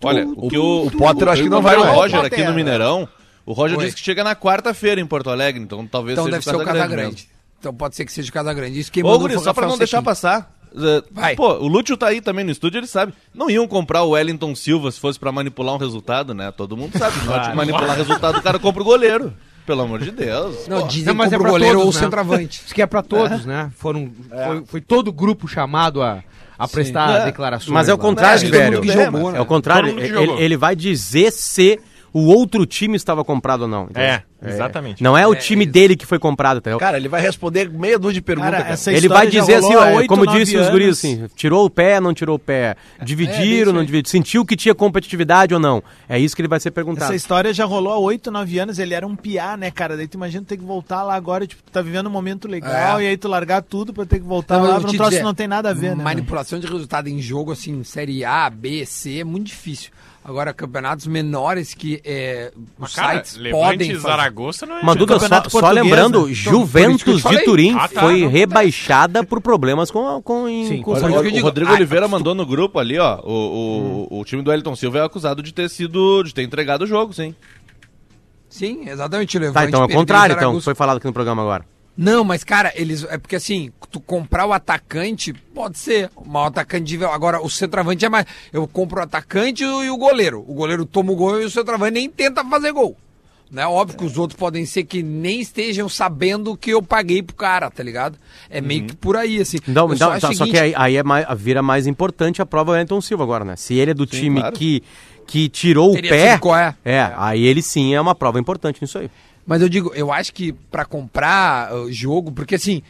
L: Olha, o, que o,
H: o Potter acho que não vai
L: O
H: mais.
L: Roger
H: Potter.
L: aqui no Mineirão, o Roger
B: Oi.
L: disse que chega na quarta-feira em Porto Alegre, então talvez
B: então
L: seja
B: deve ser o
L: mesmo.
B: Casagrande. Então pode ser que seja o Casagrande. Isso que
L: Ô, Guri, só pra não deixar passar. eh,
B: Vai.
L: Pô, o Lúcio tá aí também no estúdio, ele sabe. Não iam comprar o Wellington Silva se fosse pra manipular um resultado, né? Todo mundo sabe. Na hora de
H: Claro.
L: manipular resultado, o cara compra o goleiro. Pelo amor de Deus.
B: Não,
L: Pô.
B: dizem
F: Não, mas é
B: compra
F: pra
B: o goleiro
F: todos,
B: ou o
F: né?
B: centroavante.
F: Diz que é pra todos, né? Foram, foi, foi todo o grupo chamado a, a prestar
D: É.
F: declarações. né?
D: Mas é o
F: lá.
D: contrário, velho. É o
F: né? Todo
D: contrário.
F: mundo que
D: Ele,
F: jogou.
D: ele vai dizer se o outro time estava comprado ou não. entendeu?
E: É. Exatamente.
D: Não é o time dele que foi comprado, entendeu?
H: Cara, ele vai responder meia dúzia de perguntas.
D: Cara,
H: cara.
D: ele vai dizer assim, ó, como disse os guris, assim, tirou o pé, não tirou o pé,
F: É,
D: dividiram, não dividiram, sentiu que tinha competitividade ou não. É isso que ele vai ser perguntado.
G: Essa história já rolou há 8, 9 anos, ele era um piá, né, cara? Daí tu imagina ter que voltar lá agora, tipo, tá vivendo um momento legal
B: É.
G: e aí tu largar tudo pra ter que voltar
B: Não, mas Então, eu
G: lá
B: vou
G: pra um
B: te
G: troço
B: dizer,
G: que não tem nada a ver, né? mano?
B: Manipulação de resultado em jogo, assim, Série A, B, C, é muito difícil. Agora, campeonatos menores que é, os
E: cara,
B: sites
E: Levante
B: podem.
E: e
B: fazer.
E: Zaragoza não é
D: Mas Duda, só,
B: Campeonato
D: só
B: português,
D: lembrando,
B: né? Por
D: Juventus
B: isso que eu
D: de
B: falei.
D: Turim
B: Ah, tá.
D: foi rebaixada por problemas com, com, com
L: o, o Rodrigo
B: ah,
L: Oliveira mandou no grupo ali, ó. O, o,
B: Hum.
L: o time do Elton Silva é acusado de ter sido. de ter entregado o jogo, sim.
B: Sim, exatamente.
D: Tá,
B: Levante
D: então é o
B: perdeu,
D: contrário, então,
B: Zaragoza
D: foi falado aqui no programa agora.
B: Não, mas cara, eles. É porque assim, tu comprar o atacante, pode ser. Uma atacante de. Agora, o centroavante é mais. Eu compro o atacante e o e o goleiro. O goleiro toma o gol e o centroavante nem tenta fazer gol. Né? Óbvio que os outros podem ser que nem estejam sabendo que eu paguei pro cara, tá ligado? É meio que por aí, assim.
D: Então,
B: Eu
D: então,
B: acho
D: Uhum. tá,
B: o
D: só
B: seguinte-
D: que aí, aí é mais- vira mais importante a prova do Elton Silva agora, né? Se ele é do
B: Sim,
D: time
B: claro.
D: que, que tirou
B: Teria
D: o pé.
B: sido qual é.
D: é, aí ele sim é uma prova importante nisso aí.
B: Mas eu digo, eu acho que pra comprar uh, jogo, porque assim,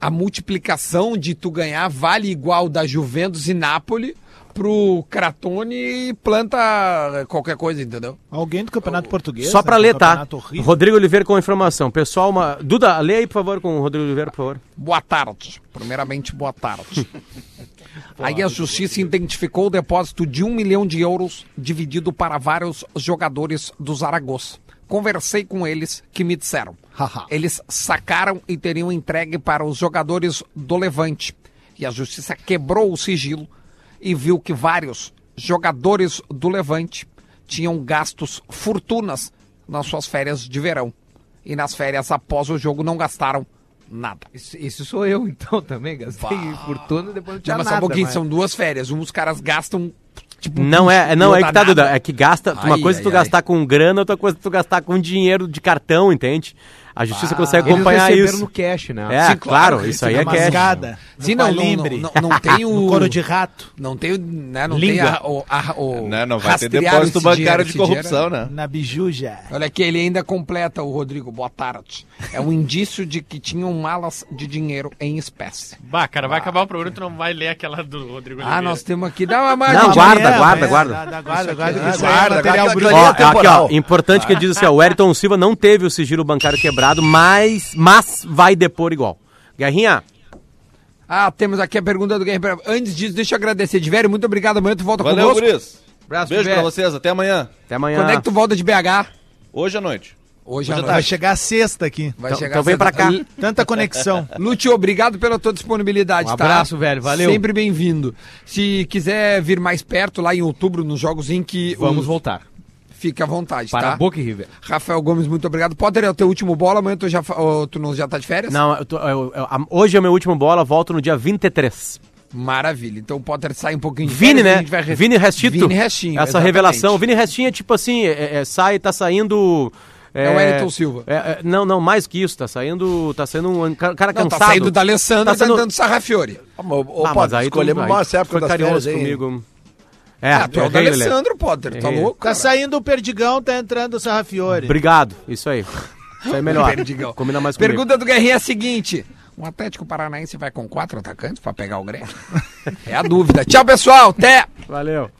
B: a multiplicação de tu ganhar vale igual da Juventus e Nápoles pro Cratone e planta qualquer coisa, entendeu?
G: Alguém do Campeonato Português?
D: Só
B: então
D: pra
G: né?
D: ler,
G: Um
D: tá?
G: campeonato horrível.
D: Rodrigo Oliveira com a informação. Pessoal, uma... Duda, lê aí, por favor, com o Rodrigo Oliveira, por favor.
B: Boa tarde. Primeiramente, boa
G: [laughs]
B: tarde. Aí a justiça identificou o depósito de um milhão de euros dividido para vários jogadores do Zaragoza. Conversei com eles que me disseram. Eles sacaram e teriam entregue para os jogadores do Levante. E a justiça quebrou o sigilo e viu que vários jogadores do Levante tinham gastos fortunas nas suas férias de verão. E nas férias após o jogo não gastaram nada.
F: Isso, isso sou eu, então, também. Gastei fortuna e depois não tinha
B: Não, mas só
F: nada.
B: um pouquinho,
F: mas-
B: são duas férias. Um, os caras gastam. Tipo,
D: Não é, é- não é
B: dá
D: que tá,
B: nada.
D: Duda, é que gasta, uma
B: Ai,
D: coisa é tu
B: ai,
D: gastar com grana, outra coisa é tu gastar com dinheiro de cartão, entende? A
B: Ah.
D: justiça consegue
F: Eles
D: acompanhar
F: receberam
D: isso.
F: no cash, né?
D: É,
F: Sim,
D: claro,
F: claro,
D: isso aí
F: na
D: é cash.
F: mascada.
B: Sim,
F: No
B: não, não,
F: palimbre.
B: não, não, não [laughs] tem o.
F: No couro de
G: rato.
B: Não tem o. Né, não
F: Língua.
B: tem a, o, a- o-
L: Né, não vai ter
B: rastrear esse
L: depósito
B: dinheiro,
L: bancário de
B: esse dinheiro. é
L: corrupção, né?
G: Na bijuja.
B: Olha aqui, ele ainda completa o Rodrigo. Boa tarde. É um indício de que tinham malas de dinheiro em espécie.
E: Bah, cara, vai acabar o programa e tu não vai ler aquela do Rodrigo
B: Ah,
E: Oliveira.
B: nós temos aqui. Dá uma É,
D: Não,
B: né?
D: guarda, guarda,
B: Dá-
D: guarda.
B: dá-
G: Guarda,
B: guarda,
G: guarda,
B: guarda, guarda,
G: material
B: guarda,
G: bruto.
D: Ó,
B: Linha
D: aqui,
B: temporal.
D: ó, importante que diz assim, ó, o Ayrton Silva não teve o sigilo bancário quebrado, mas, mas vai depor igual. Guerrinha,
B: Ah, temos aqui a pergunta do Guerreiro. Antes disso, deixa eu agradecer. De velho, muito obrigado. Amanhã tu volta
L: Valeu,
B: conosco.
L: Guris.
B: Abraço,
L: Beijo pra
B: Tiver.
L: vocês, até amanhã.
D: Até amanhã.
B: Quando é que tu volta de BH?
L: Hoje à noite.
B: Hoje à
L: à
B: noite.
G: Vai
L: tarde.
G: chegar a sexta aqui.
B: Vai
L: Então-
B: chegar
L: então vem
B: essa-
L: pra cá.
G: Tanta conexão.
B: [laughs] Lute, obrigado pela tua disponibilidade,
F: Um
B: tá?
F: abraço, velho, valeu.
B: Sempre bem-vindo. Se quiser vir mais perto, lá em outubro, nos jogos em que...
F: Vamos
B: os-
F: voltar.
B: Fica à vontade,
F: Para
B: tá?
F: Boca e River.
B: Rafael Gomes, muito obrigado. Potter, é o teu último bola, amanhã tu já, fa- ô, tu não, já tá de férias?
D: não, eu tô- eu- eu- a- hoje é o meu último bola, volto no dia 23.
B: Maravilha. Então o Potter sai um pouquinho de
D: Vini,
B: férias, a
D: né?
B: gente vai re-
D: Vini Restito.
B: Vini Restinho,
D: Essa
B: exatamente.
D: revelação. Vini Restinho é tipo assim, é, é, sai, tá saindo...
B: É o Wellington Silva.
D: é, é, não, não, mais que isso, tá saindo, tá saindo um ca- cara
B: Não,
D: cansado. Ah,
B: tá saindo da Alessandra e tá dando Sarrafiori.
H: Tá Ô, Potter, escolhemos a maior época das férias aí.
D: comigo. É,
B: ah, tu é o da
D: errei, Lelê.
B: Alessandro, Potter, tá
D: Errei.
B: louco?
G: Tá saindo o Perdigão, tá entrando o Sarrafiore.
D: Obrigado,
B: [laughs]
D: isso aí. Isso aí é melhor. Combina mais comigo.
B: Pergunta do Guerrinha é a seguinte: o Atlético Paranaense vai com quatro atacantes pra pegar o Grêmio? é a dúvida. Tchau, pessoal. Até!
D: Valeu.